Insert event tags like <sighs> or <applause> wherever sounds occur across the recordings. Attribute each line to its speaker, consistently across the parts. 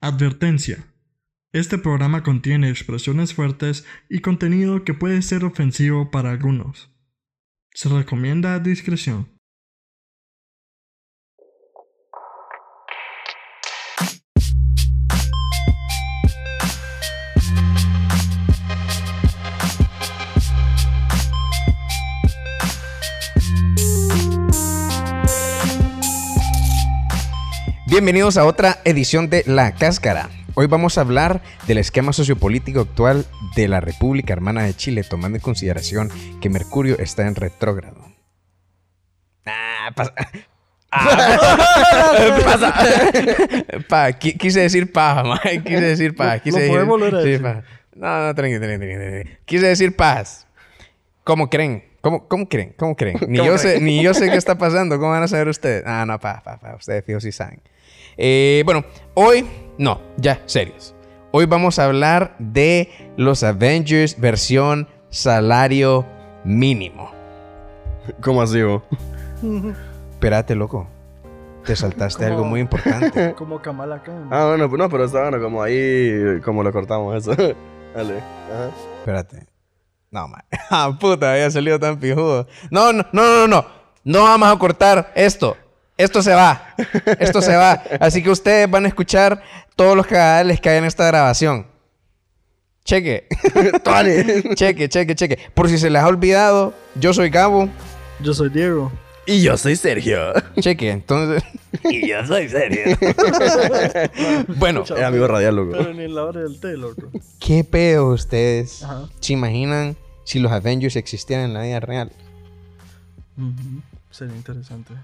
Speaker 1: Advertencia. Este programa contiene expresiones fuertes y contenido que puede ser ofensivo para algunos. Se recomienda discreción.
Speaker 2: Bienvenidos a otra edición de La Cáscara. Hoy vamos a hablar del esquema sociopolítico actual de la República Hermana de Chile, tomando en consideración que Mercurio está en retrógrado. Ah, pasa. Ah, pasa. Pa, qui- quise decir paja, ma. <laughs> Quise decir paja. Quise
Speaker 3: Lo
Speaker 2: decir-
Speaker 3: podemos volver a
Speaker 2: sí,
Speaker 3: decir.
Speaker 2: paja. No, no, tranqui, tranqui, tranqui, tranqui. Quise decir paz. ¿Cómo creen? ¿Cómo, cómo creen? ¿Cómo creen? Ni,
Speaker 3: <laughs>
Speaker 2: yo Sé, ni yo sé qué está pasando. ¿Cómo van a saber ustedes? Ah, no, pa, pa, pa. Ustedes fijo sí saben. Eh, bueno, hoy, no, ya, serios. Hoy vamos a hablar de los Avengers versión salario mínimo.
Speaker 3: ¿Cómo así, vos?
Speaker 2: Espérate, loco. Te saltaste algo muy importante.
Speaker 3: Como Kamala Khan.
Speaker 4: Ah, bueno, pues no, pero está bueno, como ahí, como lo cortamos eso. <laughs> Dale. Ajá.
Speaker 2: Espérate. No, man. <laughs> Ah, puta, había salido tan pijudo. No, no, no, no, no. No vamos a cortar esto. Esto se va. Esto se va. Así que ustedes van a escuchar todos los cagadales que hay en esta grabación. Cheque. <laughs>
Speaker 4: Tony.
Speaker 2: Cheque, cheque, cheque. Por si se les ha olvidado, yo soy Gabo.
Speaker 3: Yo soy Diego.
Speaker 4: Y yo soy Sergio.
Speaker 2: Cheque, entonces. <laughs>
Speaker 4: y yo soy Sergio.
Speaker 2: Bueno,
Speaker 4: <laughs> Es amigo radial,
Speaker 3: Pero
Speaker 4: loco.
Speaker 3: ni la hora del té, loco.
Speaker 2: ¿qué pedo ustedes?
Speaker 3: Ajá.
Speaker 2: ¿Se imaginan si los Avengers existieran en la vida real?
Speaker 3: Ujú. Sería interesante.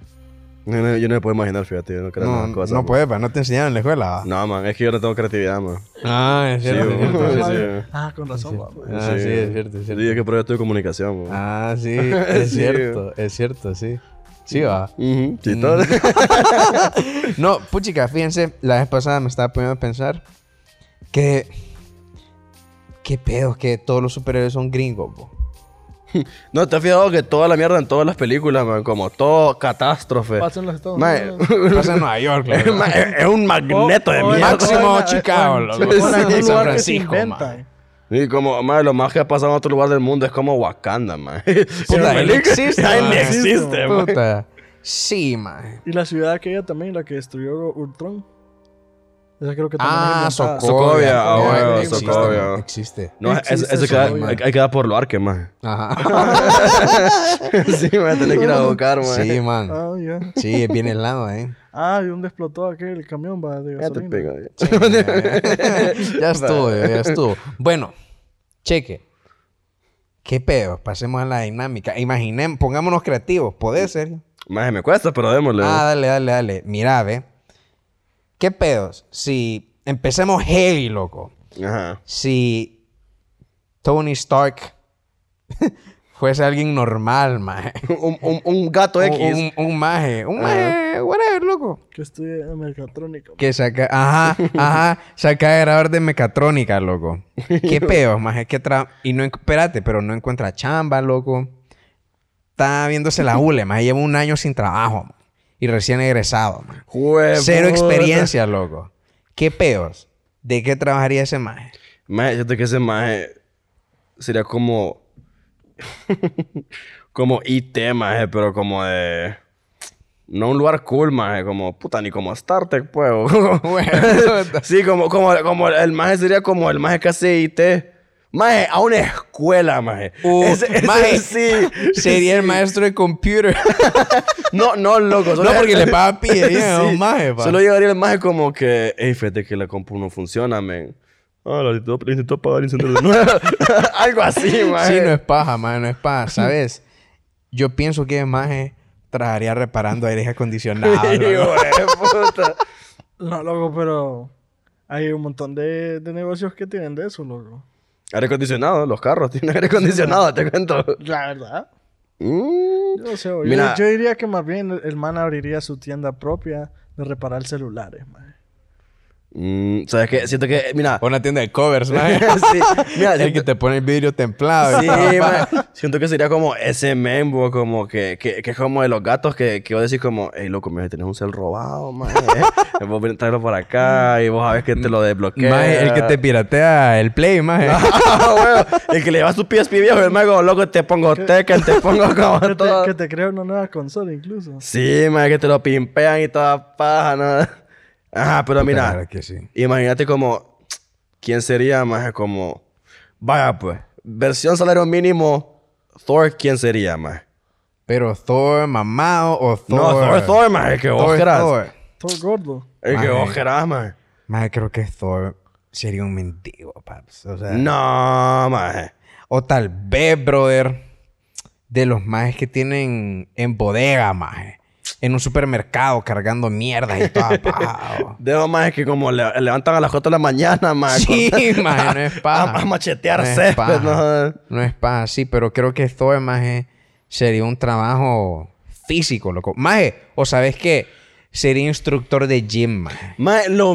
Speaker 4: No, no, yo no me puedo imaginar, fíjate, yo no creo en
Speaker 2: No,
Speaker 4: esas cosas.
Speaker 2: no
Speaker 4: man.
Speaker 2: puede, pa, no te enseñaron en la escuela. va.
Speaker 4: No, man, es que yo no tengo creatividad, man.
Speaker 2: Ah, es
Speaker 4: Sí,
Speaker 2: cierto. es
Speaker 4: bueno,
Speaker 2: cierto.
Speaker 4: entonces,
Speaker 2: Sí,
Speaker 4: sí.
Speaker 3: Ah, con razón, va, man.
Speaker 2: Ah, sí, es cierto, es
Speaker 4: Sí,
Speaker 2: cierto.
Speaker 4: es que por estudio de comunicación, man.
Speaker 2: Ah, sí, es
Speaker 4: <laughs> Sí.
Speaker 2: cierto, es cierto, sí. Sí, va.
Speaker 4: Ujú,
Speaker 2: Mm.
Speaker 4: Sí, todo. <laughs>
Speaker 2: No, puchica, fíjense, la vez pasada me estaba poniendo a pensar que. ¿Qué pedo? Que todos los superhéroes son gringos,
Speaker 4: <laughs>
Speaker 2: bo.
Speaker 4: No, te has fijado que toda la mierda en todas las películas, man, como todo catástrofe.
Speaker 3: Pasa en los Estados
Speaker 4: Man, <laughs>
Speaker 3: Unidos.
Speaker 2: Pasa en Nueva York, la verdad.
Speaker 4: man, es un magneto de
Speaker 3: O- o en-
Speaker 4: mierda.
Speaker 2: Máximo
Speaker 3: o en-
Speaker 2: Chicago,
Speaker 3: o en-
Speaker 2: loco.
Speaker 3: o en algún
Speaker 2: Sí, San
Speaker 3: lugar que se
Speaker 2: Francisco,
Speaker 3: inventan.
Speaker 4: Y como, man, lo más que ha pasado en otro lugar del mundo es como Wakanda, man. <laughs>
Speaker 2: Puta, él existe.
Speaker 4: Él
Speaker 2: man.
Speaker 4: existe, man.
Speaker 2: Puta. Sí, man.
Speaker 3: Y la ciudad aquella también, la que destruyó Ultron. Esa creo que también
Speaker 2: Ah,
Speaker 3: es inventada.
Speaker 2: Socovia.
Speaker 4: Socovia,
Speaker 3: ah,
Speaker 2: Socovia,
Speaker 3: huevo,
Speaker 2: existe,
Speaker 4: Socovia.
Speaker 2: man, Existe.
Speaker 4: No,
Speaker 3: No
Speaker 4: eso,
Speaker 3: existe
Speaker 4: eso
Speaker 3: eso,
Speaker 4: queda,
Speaker 3: güey.
Speaker 4: hay, hay que dar por lo arque, más. <laughs>
Speaker 3: <laughs>
Speaker 2: Ajá.
Speaker 4: sí, me voy a tener que ir
Speaker 2: <laughs>
Speaker 4: a buscar, man.
Speaker 2: Sí, man.
Speaker 3: Ah, ya.
Speaker 2: Sí, es bien helado, eh.
Speaker 3: Ah, y donde explotó aquel camión, va, de
Speaker 4: Ya te
Speaker 3: gasolina.
Speaker 2: <laughs>
Speaker 4: pego.
Speaker 2: ya estuvo, ya estuvo. Bueno, cheque. ¿Qué pedo? Pasemos a la dinámica. Imaginen, pongámonos creativos. ¿Podés, Sergio?
Speaker 4: Más me cuesta, pero démosle.
Speaker 2: Ah, dale, dale, dale. Mira, ve. ¿Qué pedos? Si empecemos heavy, loco.
Speaker 4: Ajá.
Speaker 2: Si Tony Stark <laughs> fuese alguien normal, maje.
Speaker 4: <laughs> Un, un, un gato
Speaker 2: Un,
Speaker 4: X.
Speaker 2: un, un maje. Un maje, whatever, loco.
Speaker 3: Que estudia en mecatrónica.
Speaker 2: Que saca, ajá, ajá, saca de grabar de mecatrónica, loco.
Speaker 4: <laughs>
Speaker 2: Qué pedo, más es que tra... Y no, encu- espérate, pero no encuentra chamba, loco. Está viéndose la hule, más lleva un año sin trabajo, ma. y recién egresado, ma.
Speaker 4: Jue-
Speaker 2: Cero
Speaker 4: puta.
Speaker 2: experiencia, loco. Qué pedos. ¿De qué trabajaría ese maje?
Speaker 4: Maje, siento que ese maje sería como. <laughs> como IT, maje, pero como de. No un lugar cool, maje, como puta, ni como StarTech, pues. o como- <laughs> sí, como, como, como el maje sería como el maje que hace IT. Maje, a una escuela, maje.
Speaker 2: Uh,
Speaker 4: Ese- ese
Speaker 2: maje,
Speaker 4: sí.
Speaker 2: <laughs> Sería el maestro de
Speaker 4: <laughs>
Speaker 2: computer.
Speaker 4: No, no, loco.
Speaker 2: no, porque le
Speaker 4: <laughs>
Speaker 2: paga pie, ya,
Speaker 4: Sí.
Speaker 2: un maje, pa.
Speaker 4: Solo llegaría el maje como que, hey, fíjate que la compu no funciona, men. Ah, la intentó, la intentó apagar el incendio de nuevo. <laughs> Algo así, maje.
Speaker 2: Sí,
Speaker 4: <laughs>
Speaker 2: no es paja, man, no es paja, ¿sabes? Yo pienso que Maje trabajaría reparando aires
Speaker 4: <laughs>
Speaker 2: acondicionados.
Speaker 4: Sí,
Speaker 2: loco.
Speaker 4: güey, puta.
Speaker 3: No, loco, pero hay un montón de, de negocios que tienen de eso, loco.
Speaker 4: Aire acondicionado, los carros tienen aire acondicionado, te cuento.
Speaker 3: La verdad.
Speaker 4: Mm.
Speaker 3: Yo, no sé, yo-
Speaker 4: Mira.
Speaker 3: yo diría que más bien el man abriría su tienda propia de reparar celulares, man.
Speaker 4: Mm, ¿Sabes qué? Siento que, mira.
Speaker 2: O una tienda de covers, maje.
Speaker 4: <laughs> sí, mira,
Speaker 2: El que
Speaker 4: siento,
Speaker 2: te pone el vidrio templado.
Speaker 4: sí, ma, siento que sería como ese membo, como que, que, que es como de los gatos que, que vos decís como, hey, loco, mira, tenés un cel robado, man. vos ven- tráelo para acá y vos sabés que te lo desbloquea.
Speaker 2: Maje, el que te piratea el play, maje.
Speaker 4: <laughs> Ah, huevo. el que le lleva su PSP viejo, el mago, loco, te pongo Tekken, te pongo como
Speaker 3: Que te,
Speaker 4: todo.
Speaker 3: que te crea una nueva consola incluso.
Speaker 4: Sí, man, que te lo pimpean y toda paja, ¿no? Ajá, pero mira,
Speaker 2: Claro que sí.
Speaker 4: imagínate como, ¿quién sería más como, vaya pues, versión salario mínimo, Thor, ¿quién sería más?
Speaker 2: Pero Thor mamado o Thor.
Speaker 4: No, Thor, Thor, más, el que vos
Speaker 2: Thor,
Speaker 4: querás.
Speaker 2: Thor.
Speaker 3: Todo gordo.
Speaker 4: El que
Speaker 2: Maje.
Speaker 4: vos querás, más.
Speaker 2: Maje, creo que Thor sería un mendigo, paps. O sea,
Speaker 4: Mm. No, más.
Speaker 2: O tal vez, brother, de los majes que tienen en bodega, maje. En un supermercado cargando mierda y
Speaker 4: <laughs>
Speaker 2: todo.
Speaker 4: De los más que como le- levantan a las 4 de la mañana, más.
Speaker 2: sí, <laughs> maje, no es
Speaker 4: Ah, <laughs> a,
Speaker 2: paja.
Speaker 4: a machetear
Speaker 2: No es
Speaker 4: césped,
Speaker 2: paja.
Speaker 4: ¿no?
Speaker 2: No es paja, sí, pero creo que Thor, maje, sería un trabajo físico, loco. Maje, o sabes qué? Sería instructor de gym, maje.
Speaker 4: Mae, lo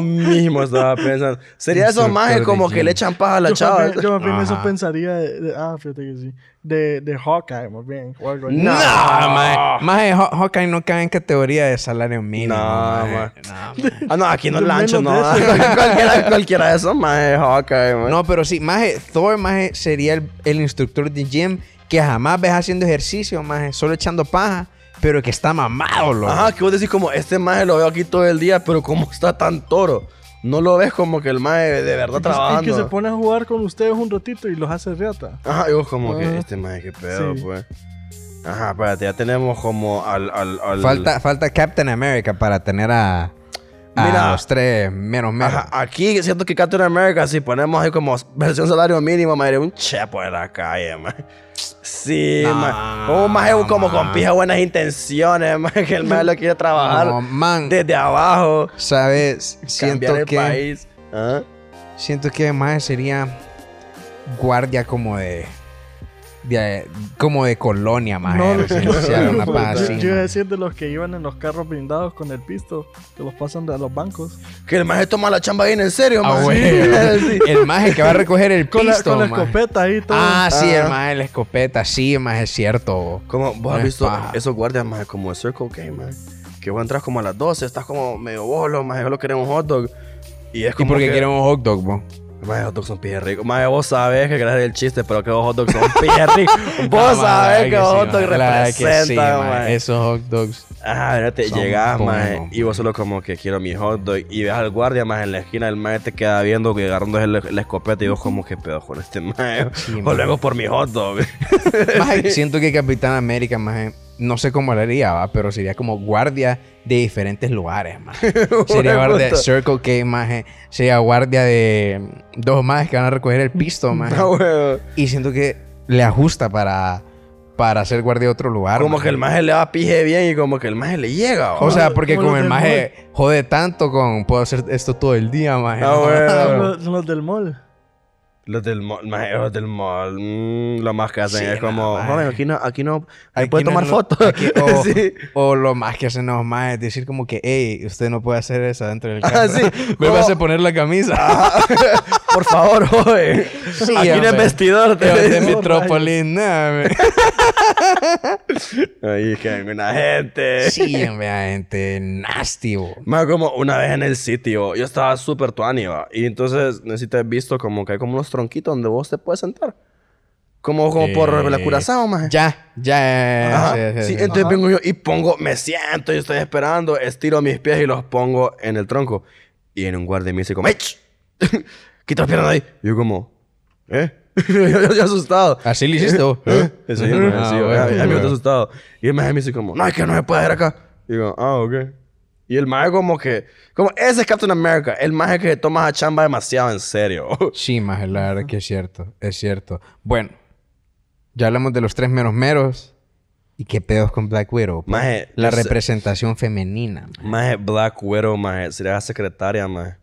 Speaker 2: <laughs>
Speaker 4: mismo estaba pensando. Sería esos
Speaker 2: Instructor
Speaker 4: majes
Speaker 2: de
Speaker 4: como que
Speaker 2: gym.
Speaker 4: le echan paja a la
Speaker 3: Yo
Speaker 4: chava.
Speaker 3: más bien- yo más bien eso
Speaker 2: Ajá.
Speaker 3: pensaría de, de- Ah, fíjate que sí. De, de Hawkeye, más bien. o algo así.
Speaker 4: No.
Speaker 2: maje. Maje, Haw- Hawkeye no cae en categoría de salario mínimo.
Speaker 4: <laughs> No,
Speaker 2: maje.
Speaker 4: maje.
Speaker 2: No,
Speaker 4: Ah, no, aquí no es
Speaker 3: Yo
Speaker 4: lancho, no.
Speaker 3: menos de
Speaker 4: <laughs> cualquiera, cualquiera de esos majes, Hawkeye, mae.
Speaker 2: No, pero sí, Maje, Thor, Maje, sería el, el instructor de gym que jamás ves haciendo ejercicio, Maje, solo echando paja, pero que está mamado, loco.
Speaker 4: Ajá, que vos decís como, este maje lo veo aquí todo el día, pero como está tan toro. No lo ves como que el maje de verdad
Speaker 3: Y que- Y que se
Speaker 4: trabajando.
Speaker 3: pone a jugar con ustedes un ratito y los hace reata.
Speaker 4: Ajá, y vos como que,
Speaker 3: Ah.
Speaker 4: este maje, qué pedo,
Speaker 3: Sí.
Speaker 4: pues. Ajá, espérate, ya tenemos como al... al, al-
Speaker 2: Falta, falta Captain America para tener a, a
Speaker 4: Mira.
Speaker 2: los tres menos menos.
Speaker 4: Ajá, aquí siento que Captain America, si ponemos ahí como versión salario mínimo, madre, un chepo de la calle, man. Sí,
Speaker 2: No,
Speaker 4: man. Como un maje como con
Speaker 2: man.
Speaker 4: pija buenas intenciones, <laughs> man, que el maje lo quiere trabajar
Speaker 2: No, man,
Speaker 4: desde abajo,
Speaker 2: sabes, siento
Speaker 4: cambiar el
Speaker 2: que,
Speaker 4: país. ¿ah? Ajá.
Speaker 2: siento que Maje sería guardia como de, de- como de colonia, Maje. residencial, una paja
Speaker 3: yo,
Speaker 2: así,
Speaker 3: yo iba a
Speaker 2: maje.
Speaker 3: decir de los que iban en los carros blindados con el pisto, que los pasan de- a los bancos.
Speaker 4: Que el maje toma la chamba bien en serio,
Speaker 2: Ah,
Speaker 4: <laughs> man.
Speaker 2: bueno. El maje que va a recoger el
Speaker 3: Con, la-
Speaker 2: pisto,
Speaker 3: con la
Speaker 2: maje.
Speaker 3: escopeta ahí todo.
Speaker 2: Ah, sí,
Speaker 4: Ah.
Speaker 2: el maje de la escopeta, sí, el maje es cierto. bo.
Speaker 4: Como vos
Speaker 2: No
Speaker 4: has
Speaker 2: es
Speaker 4: visto
Speaker 2: paja.
Speaker 4: esos guardias, más como el Circle K, man. Que vos entras como a las 12, estás como medio bolo, más lo queremos hot dog. Y es
Speaker 2: Y
Speaker 4: como
Speaker 2: porque
Speaker 4: que-
Speaker 2: queremos hot dog, bo.
Speaker 4: Mae, hot dogs son pije ricos. Mae, vos sabés que querés el chiste, pero que los hot
Speaker 2: <laughs>
Speaker 4: dogs son pije ricos.
Speaker 2: Ah,
Speaker 4: vos
Speaker 2: la
Speaker 4: sabés que
Speaker 2: verdad
Speaker 4: los
Speaker 2: sí,
Speaker 4: hot dogs
Speaker 2: ma, la verdad que sí,
Speaker 4: representan,
Speaker 2: ma.
Speaker 4: mae.
Speaker 2: Esos hot dogs.
Speaker 4: Ajá, mira, te
Speaker 2: son
Speaker 4: llegás, mae,
Speaker 2: buenos,
Speaker 4: y vos solo como que quiero mi hot dog. Y ves al guardia, más en la esquina, el mae te queda viendo que agarrando el, la escopeta. Y vos como, que pedo con este mae?
Speaker 2: Sí,
Speaker 4: o luego
Speaker 2: ma.
Speaker 4: por mi
Speaker 2: <laughs>
Speaker 4: hot dog. <laughs>
Speaker 2: Maje, siento que Capitán América, maje, no sé cómo lo haría, va, pero sería como guardia de diferentes lugares,
Speaker 4: <laughs>
Speaker 2: maje. Sería guardia de
Speaker 4: puta.
Speaker 2: Circle K, maje. Sería guardia de mm, dos majes que van a recoger el pisto, maje.
Speaker 4: Ah, huevo.
Speaker 2: Y siento que le ajusta para, para ser guardia de otro lugar.
Speaker 4: Como
Speaker 2: maje.
Speaker 4: que el mae le va pije bien y como que el mae le llega.
Speaker 2: O
Speaker 4: va.
Speaker 2: sea, porque
Speaker 3: como
Speaker 2: como
Speaker 3: los del
Speaker 2: el maje jode tanto con puedo hacer esto todo el día, maje. <laughs>
Speaker 4: Ah,
Speaker 2: ¿no?
Speaker 4: bueno.
Speaker 3: Son los, son los del mall.
Speaker 4: Los del mall, mae, los del mall, mm, lo más que hacen
Speaker 2: Sí,
Speaker 4: es
Speaker 2: no,
Speaker 4: como,
Speaker 2: mae.
Speaker 4: joven, aquí no, aquí no, oh.
Speaker 2: Aquí
Speaker 4: puede
Speaker 2: no
Speaker 4: tomar
Speaker 2: lo-
Speaker 4: fotos.
Speaker 2: aquí-
Speaker 4: <laughs>
Speaker 2: o,
Speaker 4: Sí.
Speaker 2: o lo más que hacen los majes, decir como que, hey, usted no puede hacer eso dentro del
Speaker 4: Ah,
Speaker 2: carro. <laughs>
Speaker 4: sí. Oh. Ah,
Speaker 2: Me
Speaker 4: O-
Speaker 2: vas a poner la camisa.
Speaker 4: Por favor, joven.
Speaker 2: Sí,
Speaker 4: Aquí no es
Speaker 2: hombre. <laughs>
Speaker 4: vestidor.
Speaker 2: Yo
Speaker 4: <laughs>
Speaker 2: de mi
Speaker 4: Te
Speaker 2: trópolis, nada,
Speaker 4: <laughs>
Speaker 2: me-
Speaker 4: Ay, que hay una gente. <laughs>
Speaker 2: Sí, hombre, gente, nasty, bo.
Speaker 4: Más como una vez en el sitio, yo estaba súper tuani, va. Y entonces, no sé si te has visto como que hay como unos tronquitos donde vos te puedes sentar. Como, como por la
Speaker 2: Eh,
Speaker 4: curazao, más.
Speaker 2: Ya, ya.
Speaker 4: Ajá.
Speaker 2: sí, sí,
Speaker 4: Sí,
Speaker 2: sí.
Speaker 4: entonces vengo yo y pongo, me siento y estoy esperando, estiro mis pies y los pongo en el tronco. Y en un guardia me dice como, ¡Ech! <laughs> Quita las piernas de ahí. Y yo como, ¿eh? <laughs> yo, yo- yo asustado.
Speaker 2: Así lo hiciste, vos.
Speaker 4: ¿Eh? Sí, me
Speaker 2: Ah,
Speaker 4: sí,
Speaker 2: bueno,
Speaker 4: a- a mí me
Speaker 2: bueno.
Speaker 4: está asustado. Y el maje me dice como, no, es que no me puede ver acá. Y digo, ah, ok. Y el maje como que, como ese es Captain America, el maje que toma a chamba demasiado en serio. <laughs>
Speaker 2: Sí, maje, la verdad que es cierto, es cierto. Bueno, ya hablamos de los tres meros meros. ¿Y qué pedos con Black Widow? pues?
Speaker 4: Maje,
Speaker 2: la
Speaker 4: yo sé-
Speaker 2: representación femenina. maje.
Speaker 4: maje Black Widow, maje, sería la secretaria, maje.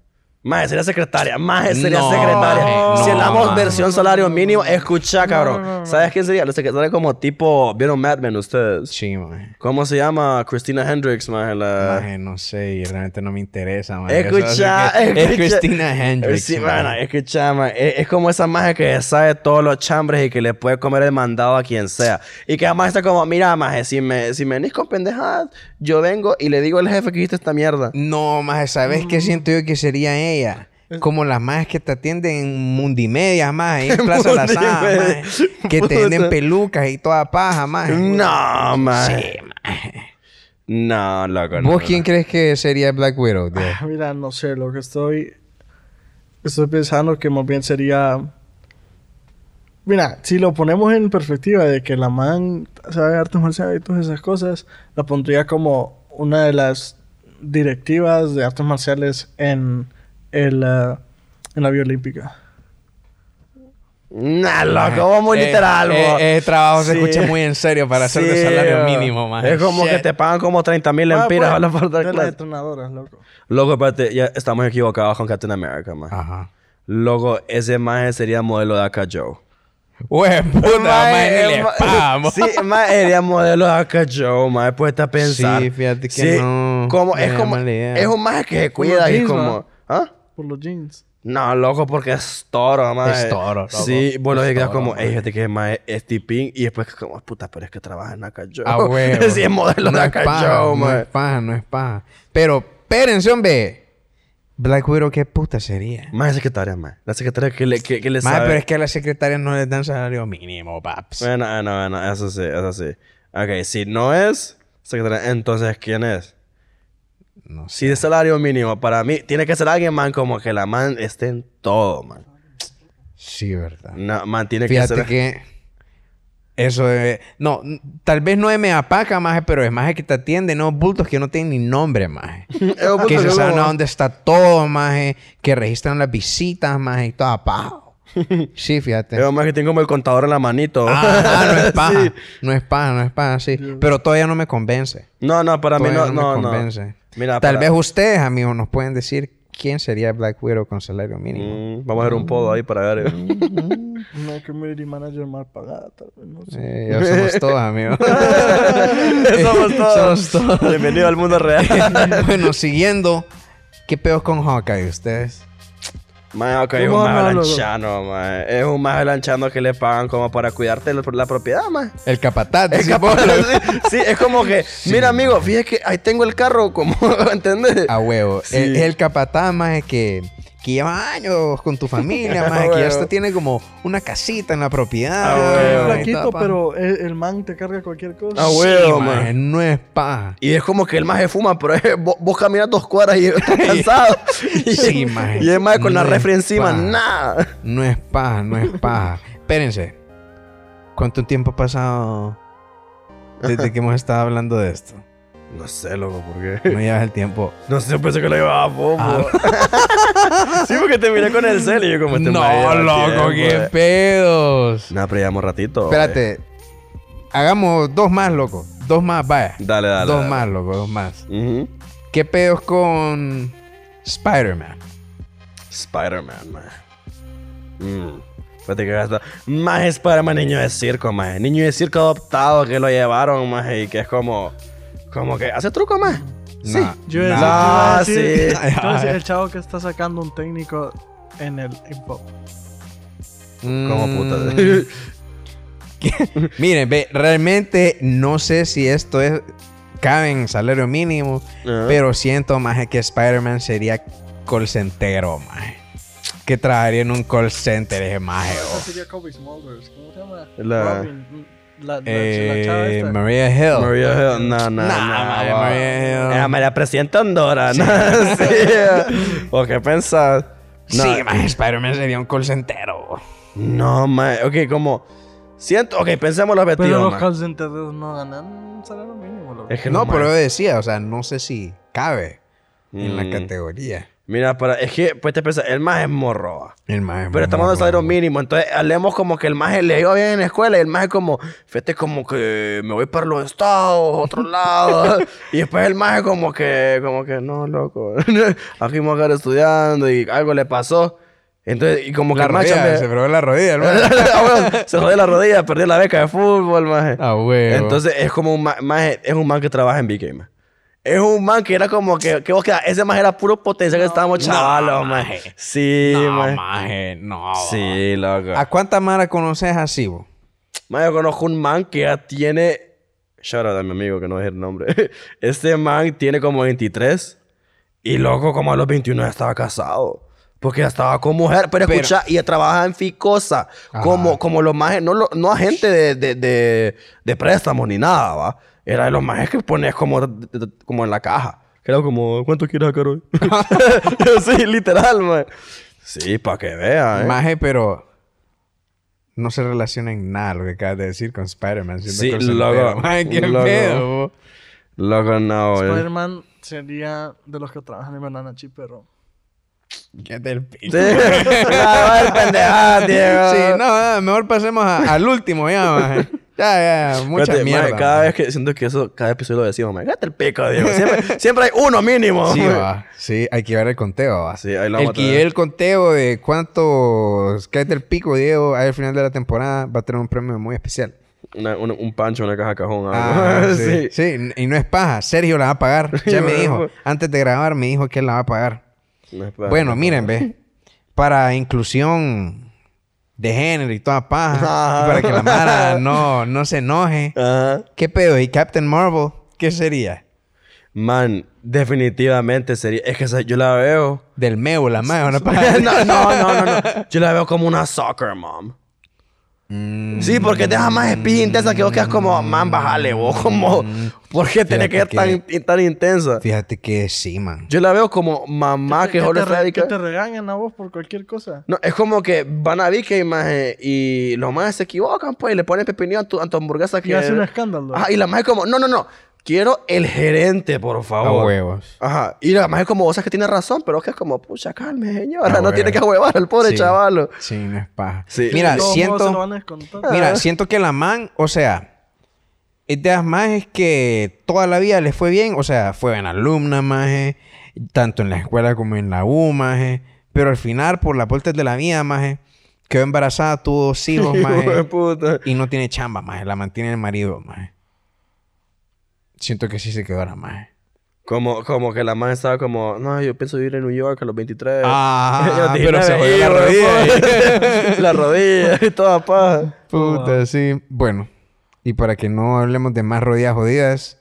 Speaker 4: Maje, sería secretaria. Maje, sería
Speaker 2: No,
Speaker 4: secretaria.
Speaker 2: maje,
Speaker 4: si
Speaker 2: no,
Speaker 4: hablamos
Speaker 2: maje.
Speaker 4: versión salario mínimo, escucha, cabrón. ¿Sabes quién sería? La secretaria como tipo... ¿Vieron Mad Men ustedes?
Speaker 2: Sí, maje.
Speaker 4: ¿Cómo se llama? Christina Hendricks, maje. La...
Speaker 2: Maje, no sé, y realmente no me interesa, maje. Eso hace
Speaker 4: Escucha,
Speaker 2: que-
Speaker 4: escucha.
Speaker 2: <laughs> Es Christina Hendricks.
Speaker 4: Sí,
Speaker 2: maje.
Speaker 4: bueno, escucha, man. Es, es como esa magia que sabe todos los chambres y que le puede comer el mandado a quien sea. Y que además está como, mira, maje, si me, si me venís con pendejadas, yo vengo y le digo al jefe que hiciste esta mierda.
Speaker 2: No, maje, ¿sabes
Speaker 4: Mm.
Speaker 2: qué siento yo que sería ella? Como las majes que te atienden en Mundimedia, maje, en Plaza La Sá,
Speaker 4: Mundimedia.
Speaker 2: maje, que te venden
Speaker 4: Puta.
Speaker 2: pelucas y toda paja, maje.
Speaker 4: No, maje.
Speaker 2: Sí, maje.
Speaker 4: No, loco. no,
Speaker 2: ¿Vos
Speaker 4: no, Ah,
Speaker 2: quién crees que sería Black Widow? tío?
Speaker 3: Ah, Mira, no sé, lo que estoy. Estoy pensando que más bien sería. Mira, si lo ponemos en perspectiva de que la man sabe artes marciales y todas esas cosas, la pondría como una de las directivas de artes marciales en, el, ah, en la Biolímpica.
Speaker 4: No, Nah, loco, Ah, vos muy
Speaker 2: Eh,
Speaker 4: literal,
Speaker 2: eh,
Speaker 4: vos.
Speaker 2: eh, trabajo se
Speaker 4: Sí.
Speaker 2: escucha muy en serio para hacer de
Speaker 4: Sí,
Speaker 2: salario
Speaker 4: bro.
Speaker 2: mínimo, maje.
Speaker 4: Es como que
Speaker 2: Shit.
Speaker 4: te pagan como 30 mil
Speaker 3: Ah,
Speaker 4: empiras
Speaker 3: pues,
Speaker 4: a la parte
Speaker 3: de
Speaker 4: de
Speaker 3: las
Speaker 4: clase.
Speaker 3: entrenadoras, loco.
Speaker 4: Loco, espérate, ya estamos equivocados con Captain America, maje.
Speaker 2: Ajá.
Speaker 4: Loco, ese maje sería modelo de Aka Joe.
Speaker 2: Güey, puta, maje, ni
Speaker 4: eh,
Speaker 2: le
Speaker 4: ma-
Speaker 2: pagamos.
Speaker 4: <laughs> Sí, ma, era modelo de acá yo, ma, después está pensando.
Speaker 2: Sí, fíjate que no,
Speaker 4: Como,
Speaker 2: no
Speaker 4: es
Speaker 2: era
Speaker 4: como,
Speaker 2: mala idea.
Speaker 4: es un maje que se cuida y
Speaker 3: jeans,
Speaker 4: como, ¿ah?
Speaker 3: Por los jeans.
Speaker 4: No, loco, porque es toro, ma.
Speaker 2: Es toro, loco.
Speaker 4: Sí, vos lo
Speaker 2: Es
Speaker 4: digas
Speaker 2: toro,
Speaker 4: como,
Speaker 2: ma.
Speaker 4: ey, fíjate que es ma, es tipín. Y después como, puta, pero es que trabaja en acá yo. <laughs>
Speaker 2: Ah, huevo.
Speaker 4: sí, es modelo
Speaker 2: No
Speaker 4: de
Speaker 2: es
Speaker 4: acá
Speaker 2: paja,
Speaker 4: yo,
Speaker 2: No
Speaker 4: ma.
Speaker 2: es paja, no es paja. Pero, espérense, hombre. Black Widow, ¿qué puta sería?
Speaker 4: Ma, es secretaria, ma. La secretaria que le, que, que le
Speaker 2: Más,
Speaker 4: sabe.
Speaker 2: pero es que a las secretarias no les dan salario mínimo, paps.
Speaker 4: Bueno, ah, bueno, bueno, eso sí, eso sí. Ok, si no es secretaria, entonces, ¿quién es?
Speaker 2: No sé.
Speaker 4: Si de salario mínimo, para mí, tiene que ser alguien, man, como que la man esté en todo, man.
Speaker 2: Sí, verdad.
Speaker 4: No, man, tiene que
Speaker 2: Fíjate
Speaker 4: ser.
Speaker 2: que eso de... No, n- tal vez no es me apaca, maje, pero es maje que te atiende, no bultos que no tienen ni nombre, maje.
Speaker 4: <laughs> Es un puto
Speaker 2: que se
Speaker 4: loco,
Speaker 2: saben a
Speaker 4: man.
Speaker 2: dónde está todo, maje. Que registran las visitas, maje, y toda paja.
Speaker 4: <laughs>
Speaker 2: Sí, fíjate.
Speaker 4: Es un man que tiene como el contador en la manito.
Speaker 2: Ah, no es paja.
Speaker 4: Sí.
Speaker 2: No es paja, no es paja, sí. Pero todavía no me convence.
Speaker 4: <laughs> No, no, para mí
Speaker 2: Todavía
Speaker 4: no, no,
Speaker 2: me
Speaker 4: no.
Speaker 2: convence.
Speaker 4: Mira,
Speaker 2: Tal
Speaker 4: para-
Speaker 2: vez ustedes, amigos, nos pueden decir quién sería Black Widow con salario mínimo.
Speaker 4: Mm, vamos a ver un podo ahí para ver. <laughs>
Speaker 3: Una community manager mal pagada, tal vez, no sé.
Speaker 2: Eh, ya somos todos,
Speaker 4: <laughs>
Speaker 2: amigos.
Speaker 4: Somos todos.
Speaker 2: Somos todos.
Speaker 4: Bienvenido al mundo <laughs> real.
Speaker 2: <laughs> bueno, siguiendo, ¿qué peos con Hawkeye ustedes?
Speaker 4: Man, ok, es un
Speaker 3: ¿Cómo
Speaker 4: maje
Speaker 3: hablo, loco?
Speaker 4: lanchano, man. Es un maje lanchano que le pagan como para cuidarte la, la propiedad, <laughs> man.
Speaker 2: El capataz.
Speaker 4: Es
Speaker 2: sí,
Speaker 4: capaz-
Speaker 2: boludo.
Speaker 4: sí, sí, es como que, mira, amigo, fíjate que ahí tengo el carro, como, <laughs> ¿entendés?
Speaker 2: A huevo.
Speaker 4: Sí.
Speaker 2: El, el capataz más que, que lleva años con tu
Speaker 4: <laughs>
Speaker 2: familia, más que ya
Speaker 4: huevo.
Speaker 2: hasta tiene como una casita en la propiedad.
Speaker 4: A huevo.
Speaker 2: y
Speaker 3: Es
Speaker 2: toda
Speaker 3: flaquito,
Speaker 2: paja.
Speaker 3: pero e, el, el man te carga cualquier cosa.
Speaker 4: Ah,
Speaker 2: Sí,
Speaker 4: huevo,
Speaker 2: maje,
Speaker 4: maje.
Speaker 2: no es
Speaker 4: <laughs>
Speaker 2: paja.
Speaker 4: Y es como que el maje fuma, pero es- vos, vos caminas dos cuadras y <laughs> estás cansado. Y-
Speaker 2: Sí, maje.
Speaker 4: <laughs> Y es maje con la
Speaker 2: No
Speaker 4: refri
Speaker 2: es
Speaker 4: encima,
Speaker 2: paja.
Speaker 4: nada.
Speaker 2: No es paja, no es paja. Espérense. ¿Cuánto tiempo ha pasado desde que hemos estado hablando de esto?
Speaker 4: No sé, loco, ¿por qué?
Speaker 2: No llevas el
Speaker 4: <laughs>
Speaker 2: tiempo.
Speaker 4: No sé, yo pensé que lo llevaba a poco.
Speaker 2: Ah.
Speaker 4: <laughs> sí, porque te miré con el cel y yo como este maje
Speaker 2: No,
Speaker 4: lleva
Speaker 2: loco,
Speaker 4: tiempo,
Speaker 2: qué
Speaker 4: eh.
Speaker 2: pedos.
Speaker 4: Nah, pero llevamos ratito. eh.
Speaker 2: Espérate. Hagamos dos más, loco. Dos más, vaya.
Speaker 4: Dale, dale.
Speaker 2: dos
Speaker 4: dale.
Speaker 2: más, loco, dos más.
Speaker 4: Ujú.
Speaker 2: ¿Qué pedos con Spider-Man?
Speaker 4: Spider-Man, man. Mm. Fíjate que gasta. Más Spider-Man, niño de circo, más. Niño de circo adoptado que lo llevaron, más. Y que es como. Como que hace truco, más. Sí.
Speaker 2: Nah,
Speaker 3: Yo iba
Speaker 2: nah.
Speaker 3: a decir, yo iba a decir-
Speaker 4: No,
Speaker 2: sí.
Speaker 3: yo iba a decir el chavo que está sacando un técnico en el info.
Speaker 4: Como
Speaker 2: Mm,
Speaker 4: puta. <laughs> Ah.
Speaker 2: Miren, ve, realmente no sé si esto es cabe en salario mínimo, pero siento más que Spider-Man sería call centero, maje. Que trabajaría en un call center ese maje. oh.
Speaker 3: sería Kobe Smulders? ¿Cómo se llama?
Speaker 4: La-
Speaker 3: Robin. La, la, la chava
Speaker 2: Eh,
Speaker 3: esta.
Speaker 2: Maria Hill.
Speaker 4: María Hill, no, no,
Speaker 2: Nah, maje,
Speaker 4: no. Ah,
Speaker 2: Maria Hill.
Speaker 4: Era María Presidenta Honduras, ¿no? <laughs> Sí. ¿O qué pensás? No,
Speaker 2: Sí, maje, Spider-Man sería un call centero. oh.
Speaker 4: No, mae. Ok, como. Siento. Ok, pensemos los
Speaker 3: Pero
Speaker 4: vestidos.
Speaker 3: los
Speaker 4: mae.
Speaker 3: call centers no ganan salario mínimo, loco.
Speaker 4: Es que
Speaker 2: No,
Speaker 4: mae.
Speaker 2: pero yo decía, o sea, no sé si cabe. en la
Speaker 4: Mm.
Speaker 2: categoría.
Speaker 4: Mira, para, es que, pues te pensás, el maje es morro. va.
Speaker 2: El maje
Speaker 4: Pero estamos
Speaker 2: mamón,
Speaker 4: hablando de salario
Speaker 2: mamón.
Speaker 4: mínimo. Entonces, hablemos como que el maje le iba bien en la escuela y el maje como, fíjate como que me voy para los estados, otro lado. y después el maje como que, como que, no, loco. <laughs> Aquí me voy a quedar estudiando y algo le pasó. Entonces, y como que
Speaker 2: La
Speaker 4: el maje
Speaker 2: rodilla,
Speaker 4: chambea-
Speaker 2: se probó la rodilla, el maje.
Speaker 4: <laughs> Ah, bueno, se jodió la rodilla, perdió la beca de fútbol, maje.
Speaker 2: Ah, huevo.
Speaker 4: Entonces es como un ma- maje, es un man que trabaja en Big Game. Es un man que era como que, que vos quedás- ese maje era puro potencial que estábamos chavalos, maje. Sí,
Speaker 2: no,
Speaker 4: maje.
Speaker 2: maje, no.
Speaker 4: Sí, loco.
Speaker 2: ¿A cuánta mara conoces así, vos?
Speaker 4: Maje, yo conozco un man que ya tiene. Shout out a mi amigo que no es el nombre. <laughs> Este man tiene como 23 y loco, como a los 21 ya estaba casado. Porque ya estaba con mujer, pero,
Speaker 2: Pero-
Speaker 4: escucha, y ya trabajaba en Ficosa.
Speaker 2: Ajá.
Speaker 4: Como, como los majes, no, lo- no agente de, de, de, de préstamos ni nada, ¿va? Era de los majes que pones como, como en la caja. Que era como, ¿cuánto quieres sacar hoy? <laughs> sí, literal, man. Sí, para que vean. ¿eh?
Speaker 2: Maje, pero no se relaciona en nada lo que acabas de decir con Spider-Man. siendo
Speaker 4: Sí,
Speaker 2: call center.
Speaker 4: loco.
Speaker 2: Maje, qué
Speaker 4: Loco.
Speaker 2: pedo, vos.
Speaker 4: Loco, no, güey.
Speaker 3: Spider-Man sería de los que trabajan en Banana Chip, pero...
Speaker 2: Qué del pico.
Speaker 4: <laughs> Sí. Ah, el pendejada, Diego.
Speaker 2: Sí, no, no, mejor pasemos a- al último ya, maje. Ya, ya, mucha
Speaker 4: Fíjate,
Speaker 2: mierda.
Speaker 4: madre, cada
Speaker 2: maje.
Speaker 4: vez que siento que eso, cada episodio lo decimos, madre, cállate el pico, Diego.
Speaker 2: <laughs>
Speaker 4: Siempre, siempre hay uno mínimo.
Speaker 2: Sí, va. Sí, hay que ver el conteo, va.
Speaker 4: Sí, ahí lo
Speaker 2: el,
Speaker 4: vamos a
Speaker 2: que
Speaker 4: tener.
Speaker 2: el conteo de cuántos caes del pico, Diego, al final de la temporada va a tener un premio muy especial.
Speaker 4: Una- una- un pancho, una caja de cajón, algo.
Speaker 2: Ah, sí.
Speaker 4: <laughs> sí.
Speaker 2: sí, n- y no es paja. Sergio la va a
Speaker 4: <laughs>
Speaker 2: pagar. Ya me dijo. Antes de grabar me dijo que él la va a pagar.
Speaker 4: No, espera.
Speaker 2: Bueno, miren, ve. Para inclusión de género y toda paja.
Speaker 4: Ajá.
Speaker 2: y para que la
Speaker 4: <laughs>
Speaker 2: mara no, no se enoje.
Speaker 4: Ajá.
Speaker 2: ¿Qué pedo? ¿Y Captain Marvel? ¿Qué sería?
Speaker 4: Man, definitivamente sería. Es que esa- yo
Speaker 2: <laughs>
Speaker 4: la veo. <laughs>
Speaker 2: Del meo, la madre. una paja. <laughs>
Speaker 4: no, no, no, no, no. Yo la veo como una soccer mom.
Speaker 2: Mm,
Speaker 4: Sí, porque deja más espíritu intensa que vos quedas como, man, bájale vos, como, ¿por qué tenés que ser
Speaker 2: Mm. Fíjate
Speaker 4: tan, tan intensa?
Speaker 2: Fíjate que sí, man.
Speaker 4: Yo la veo como mamá
Speaker 3: ¿Qué
Speaker 4: que solo
Speaker 3: te,
Speaker 4: es
Speaker 3: re- que
Speaker 4: radical.
Speaker 3: te regañan a vos por cualquier cosa.
Speaker 4: No, es como que van a Vicky maje, y los majes se equivocan, pues, y le ponen pepinillo a tu, a tu hamburguesa que...
Speaker 3: Y hace un escándalo.
Speaker 2: Ah,
Speaker 4: Ajá, y la maje como, no, no, no, quiero el gerente, por
Speaker 2: A
Speaker 4: favor.
Speaker 2: huevos.
Speaker 4: Ajá, y la maje como, o sea, que tiene razón, pero es que es como, pucha, calme, señora,
Speaker 2: Ah,
Speaker 4: no
Speaker 2: bueno.
Speaker 4: tiene que huevar al pobre
Speaker 2: Sí. <laughs>
Speaker 4: chavalo.
Speaker 2: Sí, no es paja.
Speaker 4: Sí.
Speaker 2: Mira,
Speaker 3: De todos modos
Speaker 2: siento... Ah,
Speaker 3: se lo van a descontar.
Speaker 4: Ah.
Speaker 2: Mira, siento que la man, o sea, es de las majes que toda la vida les fue bien, o sea, fue buena alumna, maje, tanto en la escuela como en la U, maje, pero al final, por las vueltas de la vida, maje, quedó embarazada, tuvo dos hijos,
Speaker 4: <laughs> Hijo de
Speaker 2: maje,
Speaker 4: puta.
Speaker 2: y no tiene chamba, maje, la mantiene el marido, maje. Siento que sí se quedó la maje.
Speaker 4: Como, como que la maje estaba como, no, yo pienso vivir en New York a los 23. <laughs>
Speaker 2: Ah,
Speaker 4: Yo
Speaker 2: pero se
Speaker 4: 19,
Speaker 2: jodió la
Speaker 4: hijo Eh, de
Speaker 2: <laughs>
Speaker 4: <laughs>
Speaker 2: rodilla.
Speaker 4: puta. la rodilla y toda paja.
Speaker 3: Oh,
Speaker 2: Puta, sí. Bueno, y para que no hablemos de más rodillas jodidas,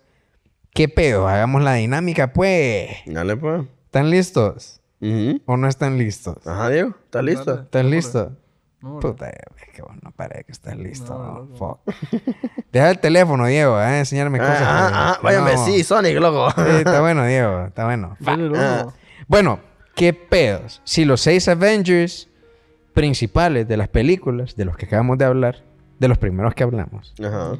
Speaker 2: ¿qué pedo? Hagamos la dinámica, pues.
Speaker 4: Dale, pues.
Speaker 2: ¿Están listos?
Speaker 4: Ujú.
Speaker 2: ¿O no están listos?
Speaker 3: Ah,
Speaker 4: Ajá, Diego, ¿estás listo?
Speaker 3: Dale.
Speaker 2: ¿Estás listo?
Speaker 3: No, no.
Speaker 2: Puta, es que vos no parece que estás listo.
Speaker 3: No,
Speaker 2: ¿no? Fuck. Deja el teléfono, Diego, eh, enseñarme cosas.
Speaker 4: Ah, ah, ah,
Speaker 2: que
Speaker 4: váyame,
Speaker 2: no.
Speaker 4: sí, Sonic, loco.
Speaker 2: Sí, está bueno, Diego,
Speaker 3: <laughs>
Speaker 2: está bueno.
Speaker 3: Dale,
Speaker 2: ah.
Speaker 3: luego.
Speaker 2: Bueno, ¿qué pedos? Si los seis Avengers principales de las películas de los que acabamos de hablar, de los primeros que hablamos,
Speaker 4: <laughs> Ajá.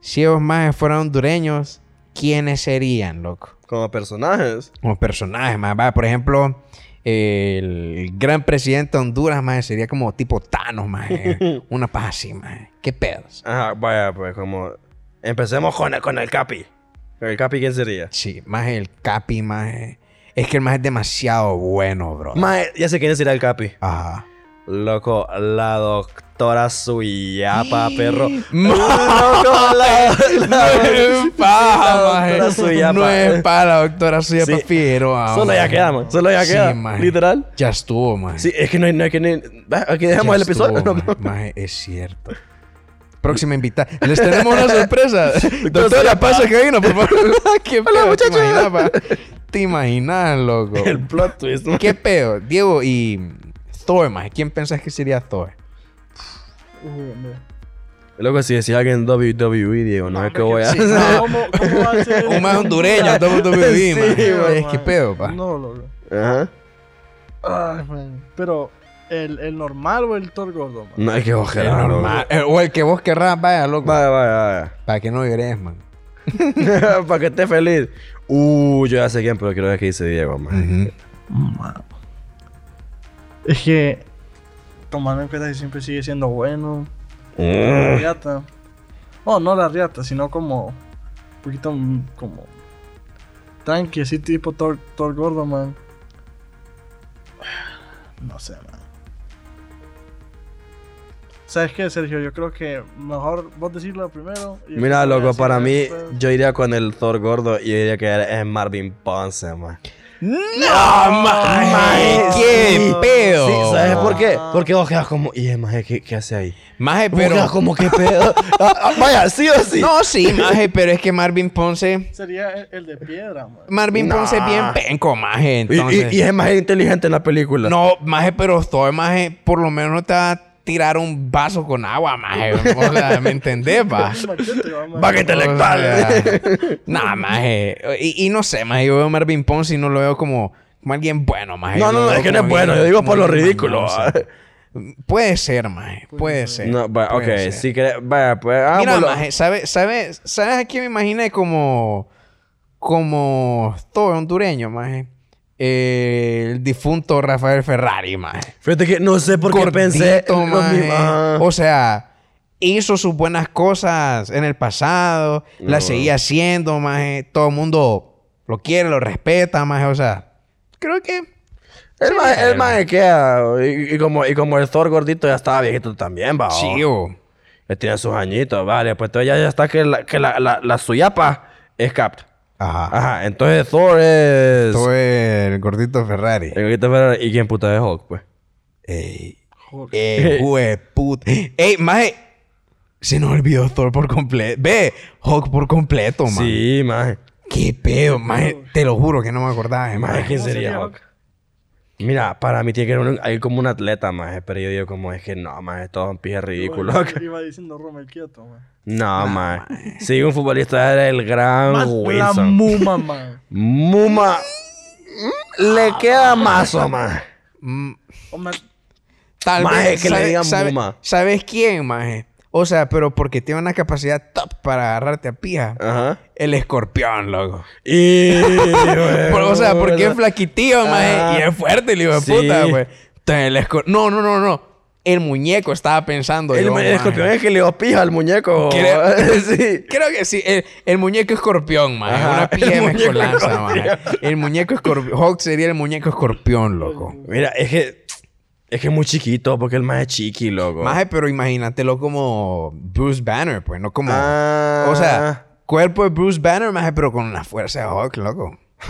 Speaker 2: si ellos más fueran hondureños, ¿quiénes serían, loco?
Speaker 4: Como personajes.
Speaker 2: como personajes, más va, por ejemplo, el gran presidente de Honduras, más sería como tipo Thanos, más
Speaker 4: <laughs>
Speaker 2: una paja así, más qué pedos.
Speaker 4: Ajá, vaya, pues como. Empecemos con el, con el Capi. ¿El Capi quién sería?
Speaker 2: Sí, más el Capi, más es que el más es demasiado bueno, bro.
Speaker 4: Mae, ya sé quién sería el Capi.
Speaker 2: Ajá.
Speaker 4: Loco, la doctora Suyapa, <laughs> perro.
Speaker 2: Ma-
Speaker 4: Loco, la,
Speaker 2: No es paja,
Speaker 4: la
Speaker 2: maje.
Speaker 4: doctora Suyapa.
Speaker 2: No es paja la doctora suya,
Speaker 4: Sí.
Speaker 2: Figueroa.
Speaker 4: Solo ya
Speaker 2: maje.
Speaker 4: quedamos, solo ya
Speaker 2: Sí,
Speaker 4: queda.
Speaker 2: maje.
Speaker 4: Literal.
Speaker 2: Ya estuvo, más.
Speaker 4: Sí, es que no hay, no hay que ni- Va, Aquí dejamos el episodio. <laughs> ¿no?
Speaker 2: Más es cierto. Próxima invitada. Les tenemos una sorpresa.
Speaker 4: <laughs>
Speaker 2: Doctora,
Speaker 4: Doctora,
Speaker 2: pasa que vino, por
Speaker 4: <laughs>
Speaker 2: favor. ¿Qué
Speaker 4: Hola,
Speaker 2: pedo? ¿Te
Speaker 4: muchachos.
Speaker 2: imaginas, pa? <laughs> ¿Te imaginas, loco?
Speaker 4: El plot twist. ¿no?
Speaker 2: ¿Qué pedo? Diego y Thor, más. ¿Quién pensás que sería Thor?
Speaker 3: Uh, no.
Speaker 4: Loco, si decía alguien WWE, Diego, no, es que voy a.
Speaker 3: Sí,
Speaker 2: <laughs>
Speaker 3: no, ¿cómo, cómo va a ser?
Speaker 2: Un más hondureño,
Speaker 3: <laughs>
Speaker 2: WWE,
Speaker 4: Sí,
Speaker 2: maje. Es
Speaker 3: man.
Speaker 2: que pedo, pa.
Speaker 3: No, loco.
Speaker 4: <laughs> Ajá.
Speaker 3: Ay, man. Pero, ¿el, ¿el normal o el Thor gordo, man?
Speaker 4: No hay que
Speaker 2: El
Speaker 4: ojerar.
Speaker 2: normal. Eh, O el que vos querrás, vaya, loco.
Speaker 4: Vaya, vaya, vaya.
Speaker 2: Para que no llores, man.
Speaker 4: <laughs> Para que esté feliz. Uh, yo ya sé quién, pero quiero ver qué dice Diego, maje.
Speaker 3: Mano. Es que tomando en cuenta que siempre sigue siendo bueno. La
Speaker 4: Mm.
Speaker 3: riata. Oh, no la riata, sino como. Un poquito mm, como. Tranqui, así tipo Thor, Thor Gordo, man. <sighs> No sé, man. ¿Sabes qué, Sergio? Yo creo que mejor vos decirlo primero. y
Speaker 4: Mira,
Speaker 3: después
Speaker 4: loco,
Speaker 3: así
Speaker 4: para
Speaker 3: ya
Speaker 4: mí,
Speaker 3: después.
Speaker 4: yo iría con el Thor gordo y yo diría que es Marvin Ponce, man.
Speaker 2: ¡No, maje!
Speaker 4: maje,
Speaker 2: ¡Qué
Speaker 4: sí.
Speaker 2: pedo!
Speaker 4: Sí, ¿sabes por qué? Porque vos quedas como, y es maje, ¿qué, qué hace ahí?
Speaker 2: Maje,
Speaker 4: Pero...
Speaker 2: pero...
Speaker 4: como que
Speaker 2: <laughs>
Speaker 4: pedo. Ah, ah, vaya, sí o sí.
Speaker 2: No, sí, maje, pero es que Marvin Ponce...
Speaker 3: Sería el, el de piedra,
Speaker 4: <laughs>
Speaker 3: man.
Speaker 2: Marvin
Speaker 4: Nah.
Speaker 2: Ponce es bien penco, maje,
Speaker 4: Y- y-
Speaker 2: entonces...
Speaker 4: y, es más inteligente en la película.
Speaker 2: No, maje, pero Thor, maje, por lo menos no te va a tirar un vaso con agua,
Speaker 4: <laughs>
Speaker 2: maje. O sea, ¿me entendés, pa?
Speaker 3: Un machete, va, man.
Speaker 4: Va que intelectual.
Speaker 2: <laughs> Nah, maje. Y, y no sé, maje, yo veo Marvin Ponce y no lo veo como, como alguien bueno, maje.
Speaker 4: No, no,
Speaker 2: Lo
Speaker 4: no,
Speaker 2: veo
Speaker 4: es que no
Speaker 2: como
Speaker 4: es bueno,
Speaker 2: bien-
Speaker 4: yo digo por
Speaker 2: como
Speaker 4: lo
Speaker 2: bien
Speaker 4: ridículo.
Speaker 2: mañoso. Puede ser, maje. Puede ser.
Speaker 4: No, va, ok,
Speaker 2: Puede ser.
Speaker 4: si querés, vaya, pues
Speaker 2: Mira,
Speaker 4: hagámoslo.
Speaker 2: maje, ¿sabes sabe, sabe a quién me imaginé como... Como Thor hondureño, maje? Eh, el difunto Rafael Ferrari, maje.
Speaker 4: Fíjate que no sé por qué
Speaker 2: Gordito,
Speaker 4: pensé lo
Speaker 2: maje.
Speaker 4: mismo. Ah.
Speaker 2: O sea, hizo sus buenas cosas en el pasado, las seguía haciendo, maje. Todo el mundo lo quiere, lo respeta, maje. O sea, creo que.
Speaker 4: El
Speaker 2: Sí,
Speaker 4: maje, el
Speaker 2: el
Speaker 4: maje queda. Y, y como, y como el Thor gordito ya estaba viejito también, va. oh.
Speaker 2: Sí, oh. o-
Speaker 4: Ya tiene sus añitos, vale. Pues todavía ya está que la, que la, la, la suyapa es Cap.
Speaker 2: Ajá.
Speaker 4: Ajá, entonces Thor es.
Speaker 2: Todo Ah, el gordito Ferrari.
Speaker 4: El gordito Ferrari. ¿Y quién puta es Hulk, pues?
Speaker 2: Ey.
Speaker 3: Joder.
Speaker 2: Ey, puta. Ey, maje. Se nos olvidó Thor por completo. Ve, Hulk por completo, maje.
Speaker 4: Sí, maje.
Speaker 2: Qué pedo, maje. Te lo juro que no me acordaba, eh,
Speaker 4: Maje,
Speaker 2: maje.
Speaker 4: ¿quién
Speaker 3: ¿Cómo
Speaker 4: sería
Speaker 3: sería
Speaker 4: Hulk? Mira, para mí tiene que haber un- hay como un atleta, maje. Pero yo digo, como es que no, maje, todo un pije ridículo.
Speaker 3: Iba- Iba diciendo Rommel quieto, man.
Speaker 4: No, maje. Sí, un futbolista era el gran
Speaker 3: Más la
Speaker 4: Wilson.
Speaker 3: muma, man.
Speaker 4: Muma. Le queda mazo, maje.
Speaker 2: Mm,
Speaker 3: O man-
Speaker 2: Tal
Speaker 4: Maje,
Speaker 2: vez,
Speaker 4: que le
Speaker 2: ¿sabe-
Speaker 4: digan
Speaker 2: sabe-
Speaker 4: Muma.
Speaker 2: ¿Sabes quién, maje? O sea, pero porque tiene una capacidad top para agarrarte a pija.
Speaker 4: Ajá.
Speaker 2: El escorpión, loco.
Speaker 4: <laughs> Y.
Speaker 2: Por- o sea, porque es flaquitío,
Speaker 4: Ah.
Speaker 2: maje. Y es fuerte el hijo de
Speaker 4: Sí.
Speaker 2: puta, güey. Entonces, el escor- No, no, no, no. El muñeco estaba pensando.
Speaker 4: El,
Speaker 2: yo,
Speaker 4: ma- el
Speaker 2: maje.
Speaker 4: escorpión es que le dio pija al muñeco.
Speaker 2: Creo-
Speaker 4: <laughs> sí.
Speaker 2: Creo que sí. El, el muñeco escorpión, maje.
Speaker 4: Ajá.
Speaker 2: Una
Speaker 4: El
Speaker 2: pija
Speaker 4: muñeco
Speaker 2: mezcolanza,
Speaker 4: escorpión.
Speaker 2: maje. El muñeco escorpión. Hawk sería el muñeco escorpión, loco.
Speaker 4: Mira, es que. Es que es muy chiquito, porque el más es chiqui, loco.
Speaker 2: Maje, pero imagínatelo como Bruce Banner, pues, no como.
Speaker 4: Ah.
Speaker 2: O sea, cuerpo de Bruce Banner, maje, pero con la fuerza de Hulk,
Speaker 4: <laughs>
Speaker 2: loco. <laughs>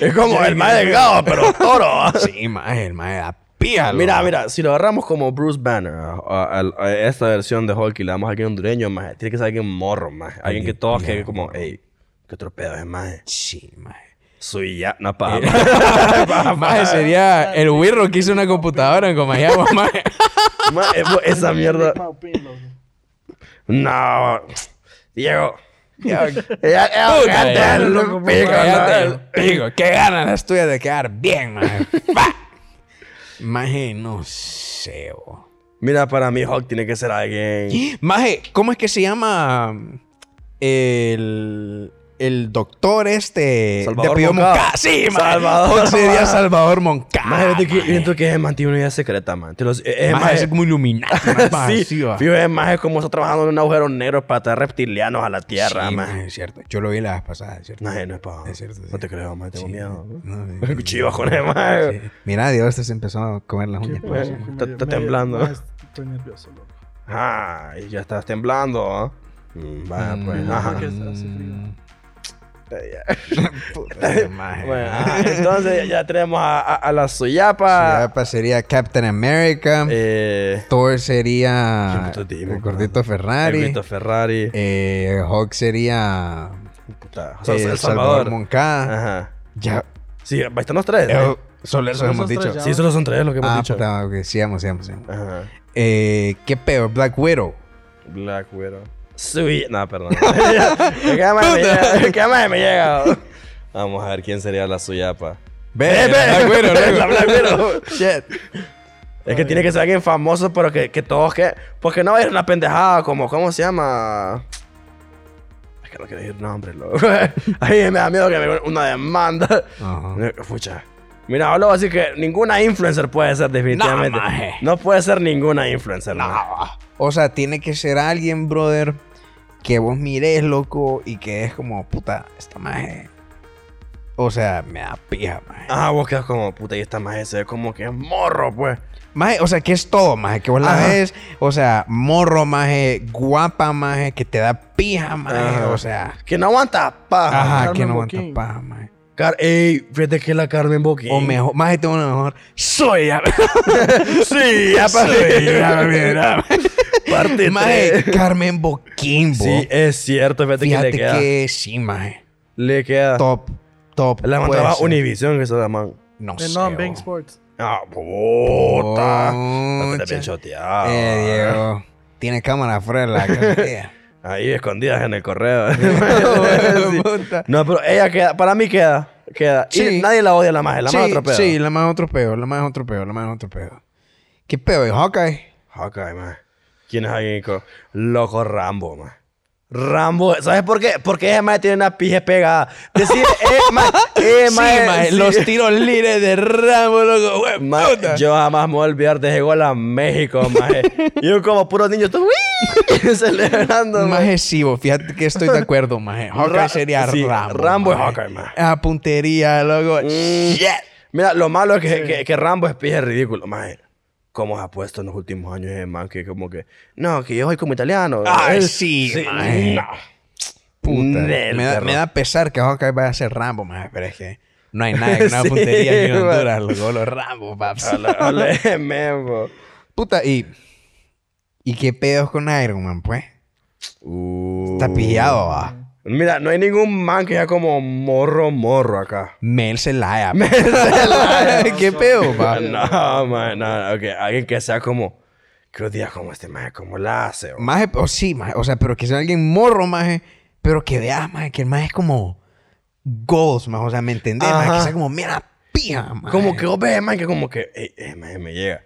Speaker 4: es como el más delgado, pero <laughs> toro.
Speaker 2: Sí, maje, el maje da pija, loco.
Speaker 4: Mira, mira, si lo agarramos como Bruce Banner a, a- a- a esta versión de Hulk y le damos a alguien hondureño, maje, tiene que ser alguien morro, maje. Alguien que todos que como, ey, qué tropedo es, maje.
Speaker 2: Sí, maje.
Speaker 4: Soy ya, no <laughs> pa. <laughs>
Speaker 2: maje, sería el Wirro que hizo una computadora en Comayagua,
Speaker 4: <laughs>
Speaker 2: maje.
Speaker 4: Maje, pues, esa mierda.
Speaker 3: Big Mouth Pin, loco.
Speaker 4: No. Diego.
Speaker 2: <laughs> Ya,
Speaker 4: Ya, ya,
Speaker 2: Puta,
Speaker 4: ya,
Speaker 2: ya,
Speaker 4: ya,
Speaker 2: loco, pues,
Speaker 4: pico,
Speaker 2: cállate,
Speaker 4: no,
Speaker 2: loco. Digo, qué ganas las tuyas de quedar bien,
Speaker 4: <laughs>
Speaker 2: maje. Pa. Maje, no sé, bo.
Speaker 4: Mira, para mí Hulk tiene que ser alguien.
Speaker 2: Maje, ¿cómo es que se llama el, el doctor este?
Speaker 4: Salvador
Speaker 2: apellido
Speaker 4: Moncada.
Speaker 2: Sí, maje.
Speaker 4: Salvador,
Speaker 2: Sería
Speaker 4: maje.
Speaker 2: Salvador Moncada.
Speaker 4: Maje, fíjate que
Speaker 2: maje.
Speaker 4: siento que es mantiene una idea secreta, man. Te los- eh, eh,
Speaker 2: Maje,
Speaker 4: maje,
Speaker 2: es como
Speaker 4: <laughs>
Speaker 2: iluminante. maje,
Speaker 4: sí,
Speaker 2: maje, sí, va.
Speaker 4: fío, es maje como está trabajando en un agujero negro para traer reptilianos a la tierra,
Speaker 2: Sí,
Speaker 4: maje.
Speaker 2: maje, es cierto. Yo lo vi la vez pasada, es ¿cierto?
Speaker 4: No, eh, no es pa.
Speaker 2: Es cierto,
Speaker 4: No
Speaker 2: sí.
Speaker 4: te creo, maje, tengo
Speaker 2: Sí.
Speaker 4: miedo.
Speaker 2: No, sí,
Speaker 4: El
Speaker 2: sí,
Speaker 4: cuchillo
Speaker 2: sí.
Speaker 4: <laughs> con el maje.
Speaker 2: Sí. Mira, Dios, este se empezó a comer las
Speaker 3: Qué
Speaker 2: uñas. pues.
Speaker 3: pedo,
Speaker 2: maje.
Speaker 3: loco,
Speaker 4: pues, está-
Speaker 3: medio-
Speaker 4: está
Speaker 3: medio-
Speaker 4: temblando.
Speaker 3: maje, Estoy nervioso, loco.
Speaker 4: Ah, y ya estás temblando, ¿ah? Mm, Vaya, pues.
Speaker 2: Mm.
Speaker 4: Ajá.
Speaker 3: Porque hace frío.
Speaker 4: <laughs>
Speaker 2: Puta, maje.
Speaker 4: Bueno, ah, entonces ya tenemos a, a- a la Suyapa.
Speaker 2: Chirapa sería Captain America.
Speaker 4: Eh.
Speaker 2: Thor
Speaker 4: ¿Quién
Speaker 2: sería
Speaker 4: puto dijo,
Speaker 2: el gordito
Speaker 4: mano?
Speaker 2: Ferrari.
Speaker 4: Elvito Ferrari.
Speaker 2: Eh, Hulk sería
Speaker 4: Puta,
Speaker 2: eh,
Speaker 4: El,
Speaker 2: Salvador,
Speaker 4: Salvador.
Speaker 2: Moncada.
Speaker 4: Ajá.
Speaker 2: Ya,
Speaker 4: Sí, ahí están los tres.
Speaker 2: eh,
Speaker 4: ¿eh?
Speaker 2: solo eso
Speaker 3: Solo
Speaker 2: hemos
Speaker 3: son tres
Speaker 2: dicho.
Speaker 3: ya.
Speaker 4: Sí, solo son tres lo que hemos
Speaker 2: Ah,
Speaker 4: dicho.
Speaker 2: puta, ok, sigamos, sigamos, sigamos.
Speaker 4: Ajá.
Speaker 2: Eh, ¿Qué peor? Black Widow.
Speaker 4: Black Widow. Sui. No, <laughs> perdón. ¿Qué más me llega? ¿Qué más me llega? Vamos a ver quién sería la suyapa.
Speaker 2: Ve, Black <laughs> Widow, loco.
Speaker 4: <laughs> La Eh, Black Widow.
Speaker 2: Shit.
Speaker 4: Es que tiene que ser alguien famoso, pero pues que, que todos que. Porque no va a ir una pendejada como. ¿Cómo se llama? Es que que no quiero decir nombres, loco. <laughs> Ahí me da miedo que me hagan una demanda.
Speaker 2: Ajá.
Speaker 4: Pucha. Mira, hablo así que ninguna influencer puede ser definitivamente.
Speaker 2: No, maje.
Speaker 4: No puede ser ninguna influencer. maje.
Speaker 2: O sea, tiene que ser alguien, brother, que vos mires, loco, y que es como, puta, esta maje. O sea, me da pija, maje.
Speaker 4: Ah, vos quedas como, puta, y esta maje se ve como que es morro, pues.
Speaker 2: Maje, o sea, que es todo, maje, que vos la
Speaker 4: Ajá.
Speaker 2: ves, o sea, morro, maje, guapa, maje, que te da pija, maje,
Speaker 4: Ajá.
Speaker 2: o sea,
Speaker 4: Que no aguanta paja.
Speaker 2: ajá,
Speaker 3: Carmen
Speaker 2: que no aguanta
Speaker 3: Boquín.
Speaker 2: paja, maje.
Speaker 4: Car- Ey, fíjate que la Carmen Boquín.
Speaker 2: O mejor, maje, tengo una mejor, soy ya,
Speaker 4: <laughs> Sí, ya
Speaker 2: soy ya,
Speaker 4: pasé.
Speaker 2: mira,
Speaker 4: Parte
Speaker 2: maje,
Speaker 4: tres.
Speaker 2: Carmen Boquín, bo.
Speaker 4: Sí, es cierto, fíjate,
Speaker 2: Fíjate
Speaker 4: que le
Speaker 2: que,
Speaker 4: queda.
Speaker 2: sí, maje,
Speaker 4: Le queda.
Speaker 2: top, top.
Speaker 4: La
Speaker 2: puede
Speaker 4: mandaba
Speaker 2: ser.
Speaker 4: Univision, que eso la man.
Speaker 2: No
Speaker 3: De pues.
Speaker 2: sé,
Speaker 3: Non
Speaker 2: bo.
Speaker 3: Bank Sports.
Speaker 4: Ah, puta. Está bien
Speaker 2: Pucha.
Speaker 4: choteado.
Speaker 2: Eh, Diego. Tiene cámara
Speaker 4: <laughs>
Speaker 2: frela.
Speaker 4: Ahí escondidas en el correo.
Speaker 2: <laughs>
Speaker 4: <laughs> Sí.
Speaker 2: Puta.
Speaker 4: No, pero ella queda, para mí queda, queda.
Speaker 2: Sí.
Speaker 4: Y nadie la odia la maje, la maje
Speaker 2: sí,
Speaker 4: otro pedo.
Speaker 2: sí, la más otro peo, la más otro peo, la más otro peo. ¿Qué peo es Hawkeye?
Speaker 4: Hawkeye, maje. ¿Quién es alguien co- loco Rambo, maje? Rambo, ¿sabes por qué? Porque ese maje tiene una pije pegada. Decir, eh, maje,
Speaker 2: <laughs>
Speaker 4: eh, maje, sí.
Speaker 2: tiros libres de Rambo, loco. güey,
Speaker 4: Ma-
Speaker 2: puta.
Speaker 4: yo jamás me voy a olvidar de ese gol a México, maje. y yo como puro niño, estoy ¡uy! <laughs> celebrando, maje.
Speaker 2: Maje sí, bo, fíjate que estoy de acuerdo, maje. Hawkeye
Speaker 4: Ra-
Speaker 2: sería
Speaker 4: sí,
Speaker 2: Rambo.
Speaker 4: Rambo es Hawkeye, Mm, maje.
Speaker 2: Ah, puntería, loco.
Speaker 4: Shit. Mira, lo malo es que, que- que Rambo es pije ridículo, maje. ¿Cómo se ha puesto en los últimos años ese man que como que... No, que yo soy como italiano.
Speaker 2: Ay,
Speaker 4: Él-
Speaker 2: sí, maje.
Speaker 4: no.
Speaker 2: Puta.
Speaker 4: Nel,
Speaker 2: Me da,
Speaker 4: perro.
Speaker 2: me da pesar que Hawkeye vaya a ser Rambo, maje, pero es que no hay nada,
Speaker 4: <laughs>
Speaker 2: no hay
Speaker 4: Sí,
Speaker 2: puntería ni en
Speaker 4: ma.
Speaker 2: Honduras, loco. Los Rambo, paps.
Speaker 4: Ole, <laughs> ole, membo.
Speaker 2: Puta, y. ¿Y qué pedos con Iron Man, pues? Está pillado, va.
Speaker 4: Uh. Mira, no hay ningún man que sea como morro,
Speaker 2: <laughs>
Speaker 4: morro acá.
Speaker 2: Mel Zelaya. Mel Zelaya. <laughs> ¿Qué pedo, va?
Speaker 4: No, man, no, ok. Alguien que sea como... Que los días como este man, como la hace, bro?
Speaker 2: Maje, o sí, maje. O sea, pero que sea alguien morro, maje. Pero que veas, maje, que el maje es como. Goals, maje. O sea, ¿me entendés? maje?
Speaker 4: Ajá.
Speaker 2: Que sea como, mira, pija, maje.
Speaker 4: Como que vos ves, man, que como que... Ey, ey, man, me llega.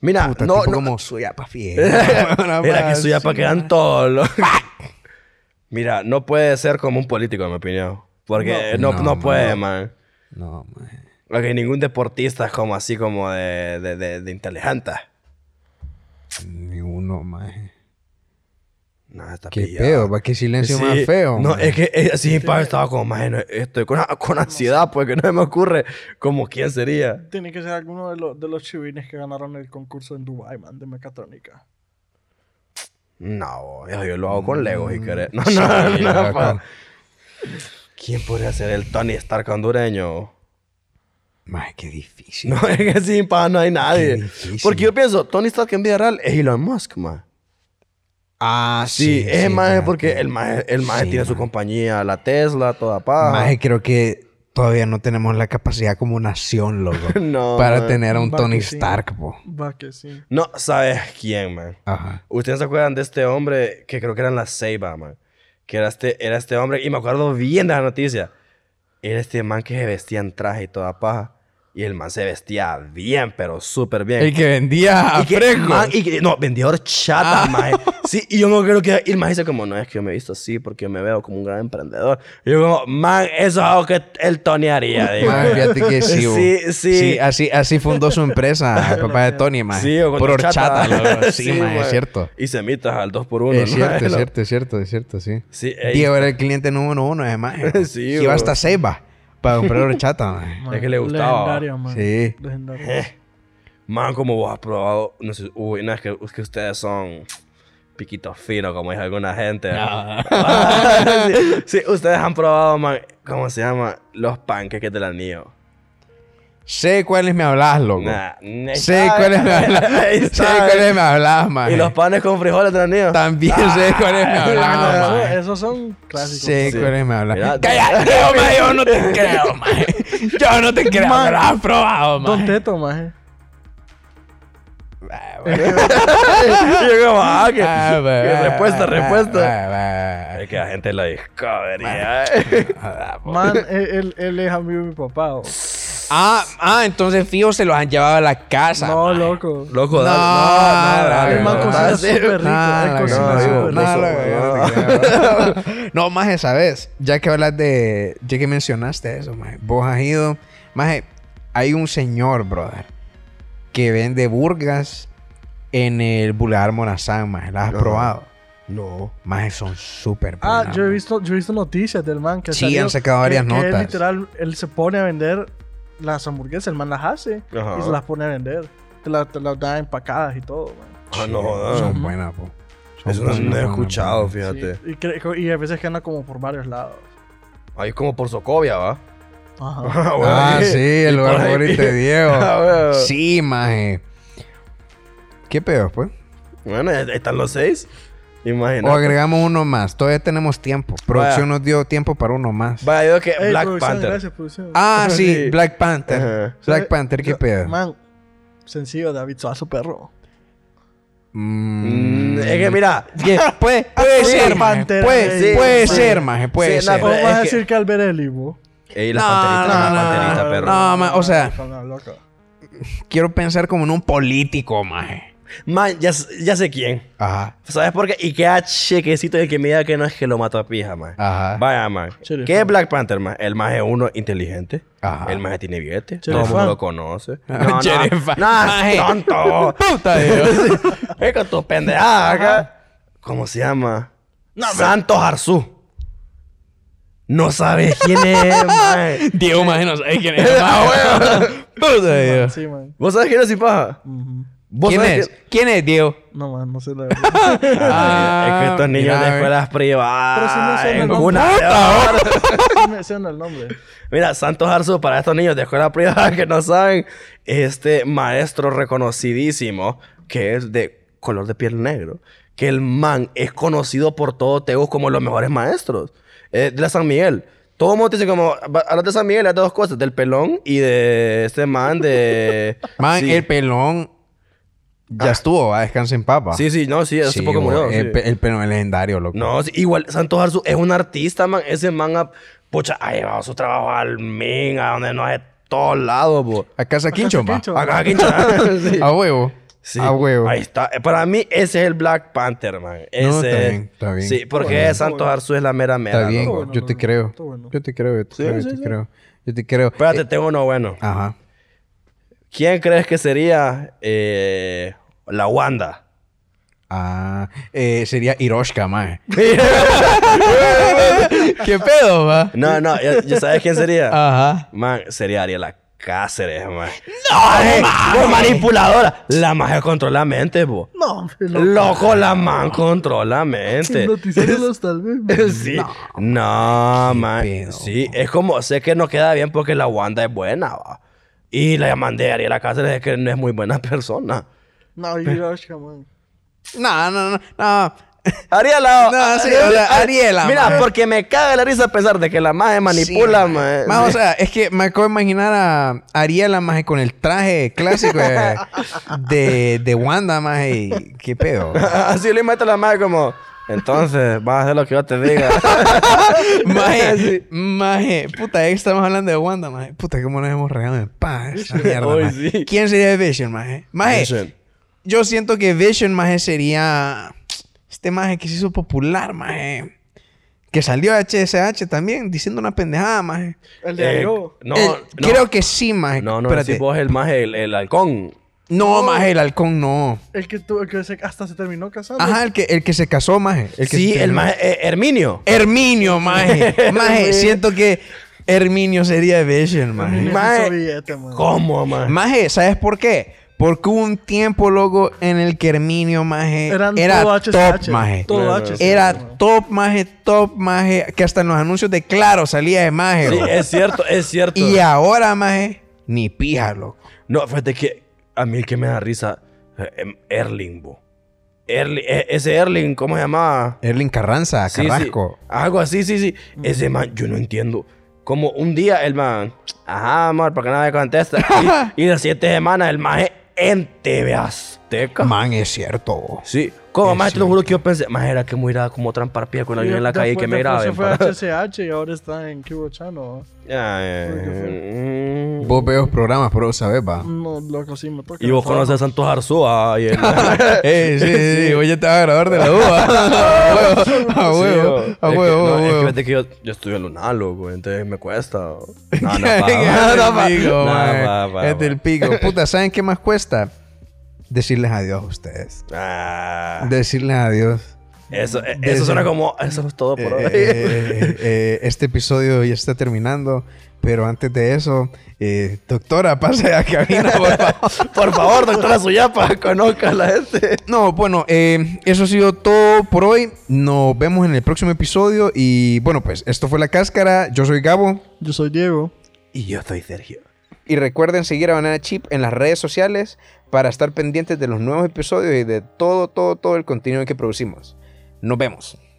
Speaker 4: Mira,
Speaker 2: Puta,
Speaker 4: no,
Speaker 2: tipo
Speaker 4: no,
Speaker 2: como soy apa fiel.
Speaker 4: <laughs>
Speaker 2: <laughs>
Speaker 4: Mira que eso ya para quedan todos los. Mira, no puede ser como un político, en mi opinión. Porque no,
Speaker 2: No.
Speaker 4: no,
Speaker 2: No,
Speaker 4: puede,
Speaker 2: no.
Speaker 4: man.
Speaker 2: No, maje.
Speaker 4: Porque ningún deportista es como así como de, de, de, de inteligente.
Speaker 2: Ni uno, maje.
Speaker 4: No, está
Speaker 2: ¿Qué
Speaker 4: pillado.
Speaker 2: pedo? ¿Para qué silencio
Speaker 4: Sí.
Speaker 2: más feo?
Speaker 4: No,
Speaker 2: maje?
Speaker 4: es que eh, sí, pa, estaba como, man, estoy con, <laughs> con ansiedad, pues que no me ocurre como quién sería.
Speaker 3: Tiene que ser alguno de, los de los chivines que ganaron el concurso en Dubai, man, de mecatrónica.
Speaker 4: No, yo, yo lo hago con Lego y querés. No,
Speaker 2: Mm, Sí,
Speaker 4: no,
Speaker 2: loco.
Speaker 4: no, pa. ¿Quién podría ser el Tony Stark hondureño?
Speaker 2: Maje, qué difícil.
Speaker 4: No, <laughs> es que sin paja no hay
Speaker 2: Qué
Speaker 4: nadie.
Speaker 2: difícil.
Speaker 4: Porque yo pienso, Tony Stark en vida real es Elon Musk, man.
Speaker 2: Ah,
Speaker 4: Sí, es más
Speaker 2: maje
Speaker 4: porque el maje, el maje
Speaker 2: Sí,
Speaker 4: tiene su
Speaker 2: maje.
Speaker 4: compañía, la Tesla, toda paja.
Speaker 2: Maje, creo que todavía no tenemos la capacidad como nación, loco. <laughs>
Speaker 4: <laughs> <laughs> No,
Speaker 2: para
Speaker 4: maje.
Speaker 2: tener a un
Speaker 3: Va
Speaker 2: Tony
Speaker 3: que sí.
Speaker 2: Stark, po.
Speaker 3: Va que sí.
Speaker 4: No, ¿sabes quién, man?
Speaker 2: Ajá.
Speaker 4: ¿Ustedes se acuerdan de este hombre que creo que era en la Ceiba, man? Que era este, era este hombre, y me acuerdo bien de la noticia. Era este man que se vestía en traje y toda paja. Y el man se vestía bien, pero súper bien.
Speaker 2: El que vendía a
Speaker 4: y que,
Speaker 2: fresco.
Speaker 4: man, y que- no, vendedor
Speaker 2: Ah.
Speaker 4: chata, maje. Sí, y yo no creo que... Y el maje dice como, no, es que yo me he visto así porque yo me veo como un gran emprendedor. Y yo como, man, eso es algo que el Tony
Speaker 2: <laughs>
Speaker 4: haría, digo.
Speaker 2: Maje, fíjate que sí, ah, bo.
Speaker 4: Sí, sí.
Speaker 2: así, así fundó su
Speaker 4: <laughs>
Speaker 2: empresa, el papá de Tony, maje.
Speaker 4: Sí, o con
Speaker 2: Por
Speaker 4: horchata.
Speaker 2: horchata,
Speaker 4: <laughs>
Speaker 2: loco. Sí, maje,
Speaker 4: maje.
Speaker 2: es cierto.
Speaker 4: Y semitas al 2 por 1
Speaker 2: Es cierto,
Speaker 4: <laughs>
Speaker 2: es cierto, es cierto, es cierto, sí.
Speaker 4: Sí, ey.
Speaker 2: Diego era el cliente número uno, además.
Speaker 4: <laughs> Sí,
Speaker 2: Sí, Iba
Speaker 4: bo.
Speaker 2: hasta Seiba para
Speaker 4: <laughs>
Speaker 2: comprar horchata, maje.
Speaker 4: Es que le gustaba. Eh.
Speaker 3: Legendario, man.
Speaker 2: Sí.
Speaker 3: Legendario.
Speaker 4: Man, como vos has probado... No sé, uy, no, es que, es que ustedes son piquitos finos, como dice alguna gente.
Speaker 3: Ah.
Speaker 4: <laughs> Ah. sí, sí, ustedes han probado, man, ¿cómo se llama? Los panqueques del anillo.
Speaker 2: Sé cuáles me hablas, loco.
Speaker 4: Nah, nah,
Speaker 2: Sé
Speaker 4: está-
Speaker 2: cuáles me
Speaker 4: <laughs> ahí
Speaker 2: hablas. sé
Speaker 4: está.
Speaker 2: cuáles me hablas, maje.
Speaker 4: Y los panes con frijoles del anillo.
Speaker 2: También sé cuáles
Speaker 4: <laughs>
Speaker 2: me
Speaker 3: <laughs> Ah,
Speaker 2: hablaban.
Speaker 3: eso-
Speaker 2: maje.
Speaker 3: esos son clásicos.
Speaker 2: Sé
Speaker 4: Sí.
Speaker 2: cuáles me hablaban.
Speaker 4: Mira,
Speaker 2: Cállate, maje, yo no te
Speaker 4: <laughs>
Speaker 2: creo, maje. Yo no te creo,
Speaker 3: Man.
Speaker 2: me lo has probado,
Speaker 3: Don
Speaker 2: maje.
Speaker 3: Teto, maje.
Speaker 4: <laughs>
Speaker 2: Ah, bueno.
Speaker 4: Y yo como, ah, que-
Speaker 2: Ah,
Speaker 4: que
Speaker 2: bueno, bueno,
Speaker 4: respuesta,
Speaker 2: bueno,
Speaker 4: respuesta.
Speaker 2: bueno,
Speaker 4: Es que la
Speaker 2: <laughs>
Speaker 4: gente la discovery. ¿eh?
Speaker 2: bueno.
Speaker 3: Man, él, él- él es amigo de mi papá. o-
Speaker 2: Ah, ah, entonces fijo se los han llevado a la casa.
Speaker 3: No,
Speaker 2: mae.
Speaker 3: loco.
Speaker 4: Loco, dale.
Speaker 2: No,
Speaker 3: El
Speaker 2: no,
Speaker 3: man
Speaker 2: no,
Speaker 3: cocina
Speaker 2: no,
Speaker 3: súper rico.
Speaker 2: no,
Speaker 3: él cocina
Speaker 2: no,
Speaker 3: súper
Speaker 2: no,
Speaker 3: rico.
Speaker 2: no, no, no, no. Ah, <laughs> No, maje, sabes, ya que hablas de. Ya que mencionaste eso, maje, vos has ido. Maje, hay un señor, brother, que vende burgas en el Boulevard Morazán, maje. ¿Las has
Speaker 4: Ajá.
Speaker 2: probado?
Speaker 4: No.
Speaker 2: Maje, son súper buenas.
Speaker 3: Ah, yo he
Speaker 2: maje.
Speaker 3: visto, yo he visto noticias del man que ha
Speaker 2: Sí,
Speaker 3: salido,
Speaker 2: han sacado
Speaker 3: que-
Speaker 2: varias
Speaker 3: que él
Speaker 2: notas.
Speaker 3: literal, él se pone a vender las hamburguesas, el man las hace
Speaker 4: Ajá.
Speaker 3: y se las pone a vender. Te, la- te las da empacadas y todo, man.
Speaker 4: Ah, no, jodas.
Speaker 2: Son buenas, po. Son
Speaker 4: Eso no,
Speaker 2: buenas,
Speaker 4: no he
Speaker 2: buenas,
Speaker 4: escuchado,
Speaker 2: buenas.
Speaker 4: fíjate.
Speaker 3: Sí, y, cre- y a veces que anda como por varios lados.
Speaker 4: Ahí es como por Socovia, ¿va? <laughs>
Speaker 3: Ajá.
Speaker 2: Ah, sí, el lugar
Speaker 4: por ahí-
Speaker 2: favorito de Diego.
Speaker 4: Ah, bueno.
Speaker 2: Sí, maje. ¿Qué pedo, pues?
Speaker 4: Bueno, ahí están los seis.
Speaker 2: O
Speaker 4: Imagínate.
Speaker 2: agregamos uno más. Todavía tenemos tiempo. Producción nos dio tiempo para uno más.
Speaker 4: Vaya, yo que
Speaker 3: Ey,
Speaker 4: Black
Speaker 3: producción,
Speaker 4: Panther.
Speaker 3: gracias, producción.
Speaker 2: Ah, sí,
Speaker 4: Sí.
Speaker 2: Black Panther.
Speaker 4: Ajá.
Speaker 2: Black
Speaker 3: ¿Sabe?
Speaker 2: Panther, ¿qué
Speaker 3: Yo-
Speaker 2: pedo?
Speaker 3: Man, sencillo, David Suazo, perro.
Speaker 2: Mm,
Speaker 4: Mm, es que mira,
Speaker 2: que puede, puede
Speaker 3: Ah,
Speaker 2: ser,
Speaker 3: Black
Speaker 2: maje.
Speaker 3: Panther,
Speaker 2: puede,
Speaker 4: sí,
Speaker 2: puede
Speaker 4: sí.
Speaker 2: ser, maje, puede
Speaker 4: Sí, no,
Speaker 2: ser.
Speaker 3: ¿Cómo
Speaker 4: pero
Speaker 3: vas a
Speaker 4: es que-
Speaker 3: decir que Alberelli, vos?
Speaker 4: Ey, la
Speaker 2: No,
Speaker 4: panterita,
Speaker 2: no,
Speaker 4: la
Speaker 2: no,
Speaker 4: panterita,
Speaker 2: no,
Speaker 4: perro.
Speaker 2: no. man, o sea-
Speaker 3: No, loco.
Speaker 2: Quiero pensar como en un político, maje.
Speaker 4: Man, ya, s- ya sé quién.
Speaker 2: Ajá,
Speaker 4: ¿Sabes por qué? Y queda chequecito el que me diga que no es que lo mató a pija, man.
Speaker 2: ajá,
Speaker 4: Vaya, man.
Speaker 3: Chile,
Speaker 4: ¿Qué
Speaker 3: fan.
Speaker 4: es Black Panther, man? El más es uno inteligente.
Speaker 2: ajá.
Speaker 4: El más tiene billete.
Speaker 3: Chile,
Speaker 4: Todo el mundo
Speaker 3: fan.
Speaker 4: lo conoce.
Speaker 2: Ah,
Speaker 4: No, no.
Speaker 2: chile, fan.
Speaker 4: No,
Speaker 2: Maje.
Speaker 4: es tonto.
Speaker 2: <laughs> Puta Dios.
Speaker 4: <laughs> Es con tus pendejadas acá. ¿Cómo se llama? Santos Arzú. No sabes quién
Speaker 2: <laughs>
Speaker 4: es, man.
Speaker 2: Diego, maje, no sabe quién es. <laughs> Ah, huevo. Puta Dios.
Speaker 3: Sí, man.
Speaker 4: ¿Vos sabés quién es, paja?
Speaker 3: Ujú.
Speaker 4: ¿Vos
Speaker 2: ¿Quién
Speaker 4: sabés
Speaker 2: es? ¿Quién es Diego?
Speaker 3: No, man, no sé la verdad.
Speaker 4: Ah, es que estos niños
Speaker 2: mira,
Speaker 4: de
Speaker 2: ve.
Speaker 4: escuelas privadas.
Speaker 3: Pero si no son
Speaker 4: en
Speaker 3: los
Speaker 4: cuna de oro.
Speaker 3: Sí me suena el nombre.
Speaker 4: Mira, Santos Arzu, para estos niños de escuela privada que no saben, este maestro reconocidísimo, que es de color de piel negro, que el man es conocido por todo Teus como los mejores maestros eh, de la San Miguel. Todo el mundo dice como, "Va- hablas de San Miguel, hablas de dos cosas, del pelón y de este man de...
Speaker 2: Man,
Speaker 4: sí.
Speaker 2: el pelón ya estuvo, a descanso en papa.
Speaker 4: sí, sí, no, sí, hace
Speaker 2: Ah. Sí,
Speaker 4: poco
Speaker 2: güey,
Speaker 4: murió.
Speaker 2: El,
Speaker 4: sí.
Speaker 2: pe- el pelón es legendario, loco.
Speaker 4: No, sí, igual Santos Arzu es un artista, man. Ese man ha, pocha, ha llevado su trabajo al min, a donde no es de todos lados, bo.
Speaker 2: A casa Quincho, pa.
Speaker 3: Quincho.
Speaker 4: Acá, aquí,
Speaker 2: <laughs>
Speaker 4: chaval. sí.
Speaker 2: A huevo.
Speaker 4: Sí.
Speaker 2: A huevo.
Speaker 4: Ahí está. Eh, Para mí, ese es el Black Panther, man. Ese
Speaker 2: No, está
Speaker 4: es.
Speaker 2: bien, está bien.
Speaker 4: Sí, porque
Speaker 2: Está bien.
Speaker 4: Santos Arzú es la mera mera.
Speaker 2: Está bien,
Speaker 4: loco.
Speaker 3: bueno,
Speaker 2: yo te
Speaker 3: loco.
Speaker 2: creo.
Speaker 3: Está bueno.
Speaker 2: Yo te creo, yo te creo, yo te creo. Yo te creo.
Speaker 4: Espérate,
Speaker 2: Eh,
Speaker 4: tengo uno bueno.
Speaker 2: ajá.
Speaker 4: ¿Quién crees que sería eh, la Wanda?
Speaker 2: Ah, eh, sería Hiroshka, <laughs> maje. ¿Qué pedo, va?
Speaker 4: no, no, ya, ya sabes
Speaker 2: <laughs>
Speaker 4: quién sería.
Speaker 2: Ajá.
Speaker 4: Man, sería Ariela Cáceres, man. ¡No! manipuladora! La magia controla mente, bo.
Speaker 3: No, hombre, loco.
Speaker 4: Loco, la man controla mente.
Speaker 3: Hipnotizándolos tal vez. man.
Speaker 4: este, Sí. No, man.
Speaker 2: pedo.
Speaker 4: Sí, es como, sé que no queda bien porque la Wanda es buena, va. Y la mandé a Ariela Cáceres es que no es muy buena persona.
Speaker 3: No, Hiroshka, man.
Speaker 2: No, no, no, no.
Speaker 4: Ariela.
Speaker 2: No, sí,
Speaker 4: Ariela-
Speaker 2: o sea, Ariela,
Speaker 4: Mira,
Speaker 2: man.
Speaker 4: porque me caga la risa pensar de que la maje manipula,
Speaker 2: Eh, Sí,
Speaker 4: man.
Speaker 2: Más, o sea, es que me acabo de imaginar a Ariela, maje, con el traje clásico de, de, de Wanda, maje. y- ¿Qué pedo?
Speaker 4: <laughs> Así le mete la maje como. Entonces, vas a hacer lo que yo te diga. <laughs>
Speaker 2: Maje, maje, puta, ahí estamos hablando de Wanda, maje. Puta, cómo nos hemos regado en paz.
Speaker 4: <laughs>
Speaker 2: esa mierda,
Speaker 4: Hoy
Speaker 2: maje.
Speaker 4: sí.
Speaker 2: ¿Quién sería Vision, maje? Maje,
Speaker 4: Vision.
Speaker 2: yo siento que Vision, maje, sería este maje que se hizo popular, maje. Que salió de HSH también diciendo una pendejada, maje.
Speaker 3: El de
Speaker 4: Eh,
Speaker 3: Ayo.
Speaker 4: no,
Speaker 2: El-
Speaker 4: no.
Speaker 2: Creo que sí, maje.
Speaker 4: No, no,
Speaker 2: Espérate.
Speaker 4: si vos el maje, el, el halcón.
Speaker 2: No, maje, el halcón no.
Speaker 3: El que, tu- el que se- hasta se terminó casando.
Speaker 2: Ajá, el que, el que se casó, maje. El que
Speaker 4: sí,
Speaker 2: se
Speaker 4: el
Speaker 2: terminó-
Speaker 4: maje, eh, Herminio.
Speaker 2: Herminio,
Speaker 4: <laughs>
Speaker 2: maje. Maje, siento que Herminio sería Vision, maje.
Speaker 3: Herminio.
Speaker 4: Maje,
Speaker 3: hizo billete, man.
Speaker 4: ¿Cómo, man?
Speaker 2: Maje, ¿sabes por qué? Porque hubo un tiempo, loco, en el que Herminio, maje,
Speaker 3: Eran
Speaker 2: era
Speaker 3: todo
Speaker 2: top,
Speaker 3: HCH.
Speaker 2: maje.
Speaker 3: Todo
Speaker 4: Bueno,
Speaker 3: HCH.
Speaker 2: Era
Speaker 3: man.
Speaker 2: top, maje, top, maje, que hasta en los anuncios de Claro salía de maje,
Speaker 4: Sí,
Speaker 2: bro.
Speaker 4: es cierto, es cierto.
Speaker 2: Y ahora, maje, ni pija, loco.
Speaker 4: No, fíjate que a mí el que me da risa eh, em, Erling, bo. Erli- e- ese Erling, ¿cómo se llamaba?
Speaker 2: Erling Carranza,
Speaker 4: Sí, sí.
Speaker 2: Carrasco.
Speaker 4: Algo así, sí, sí.
Speaker 3: Mm.
Speaker 4: Ese man, yo no entiendo. Como un día el man,
Speaker 2: <laughs>
Speaker 4: ajá, amor, ¿para qué no me contesta? Y, y las siete semanas el man en TV Azteca. Azteca.
Speaker 2: Man, es cierto.
Speaker 4: Sí. Como, más te lo juro que yo pensé, más era que me iba a como trampar pie con alguien en la calle y que me graben.
Speaker 3: Se fue a
Speaker 4: para-
Speaker 3: HCH y ahora está en Kibo Chano.
Speaker 4: Ya, eh, mm.
Speaker 2: Vos veos programas, pero sabes, va.
Speaker 3: No, loco, sí me toca.
Speaker 4: Y vos conoces a Santos eh. Arzúa
Speaker 2: <laughs>
Speaker 4: y el-
Speaker 2: Ey, Eh, sí, sí, sí, vos ya estabas grabador de la
Speaker 4: <laughs>
Speaker 2: uva. A huevo, a
Speaker 4: Sí,
Speaker 2: huevo,
Speaker 4: yo-
Speaker 2: a
Speaker 4: es que-
Speaker 2: huevo,
Speaker 4: no,
Speaker 2: a
Speaker 4: Es que
Speaker 2: huevo.
Speaker 4: fíjate que yo, yo estudio lunar, loco, entonces me cuesta.
Speaker 2: <laughs>
Speaker 4: No, Ah, no,
Speaker 2: Qué
Speaker 4: pa,
Speaker 2: grande
Speaker 4: no, pa.
Speaker 2: pico,
Speaker 4: No,
Speaker 2: man.
Speaker 4: pa, pa,
Speaker 2: es
Speaker 4: pa.
Speaker 2: del Este, pico. Puta, ¿saben qué más cuesta? Decirles adiós a ustedes.
Speaker 4: Ah,
Speaker 2: Decirles adiós.
Speaker 4: eso, eh,
Speaker 2: de-
Speaker 4: eso suena como. Eso es todo
Speaker 2: Eh,
Speaker 4: por hoy. <laughs>
Speaker 2: eh, eh, este episodio ya está terminando, pero antes de eso, eh, doctora, pase a cabina,
Speaker 4: <laughs>
Speaker 2: por favor.
Speaker 4: por favor, doctora Suyapa, <laughs> este. conozca a la gente.
Speaker 2: No, bueno, eh, eso ha sido todo por hoy. Nos vemos en el próximo episodio. Y bueno, pues esto fue La Cáscara. Yo soy Gabo.
Speaker 3: Yo soy Diego.
Speaker 4: Y yo soy Sergio.
Speaker 2: Y recuerden seguir a Banana Chip en las redes sociales para estar pendientes de los nuevos episodios y de todo, todo, todo el contenido que producimos. Nos vemos.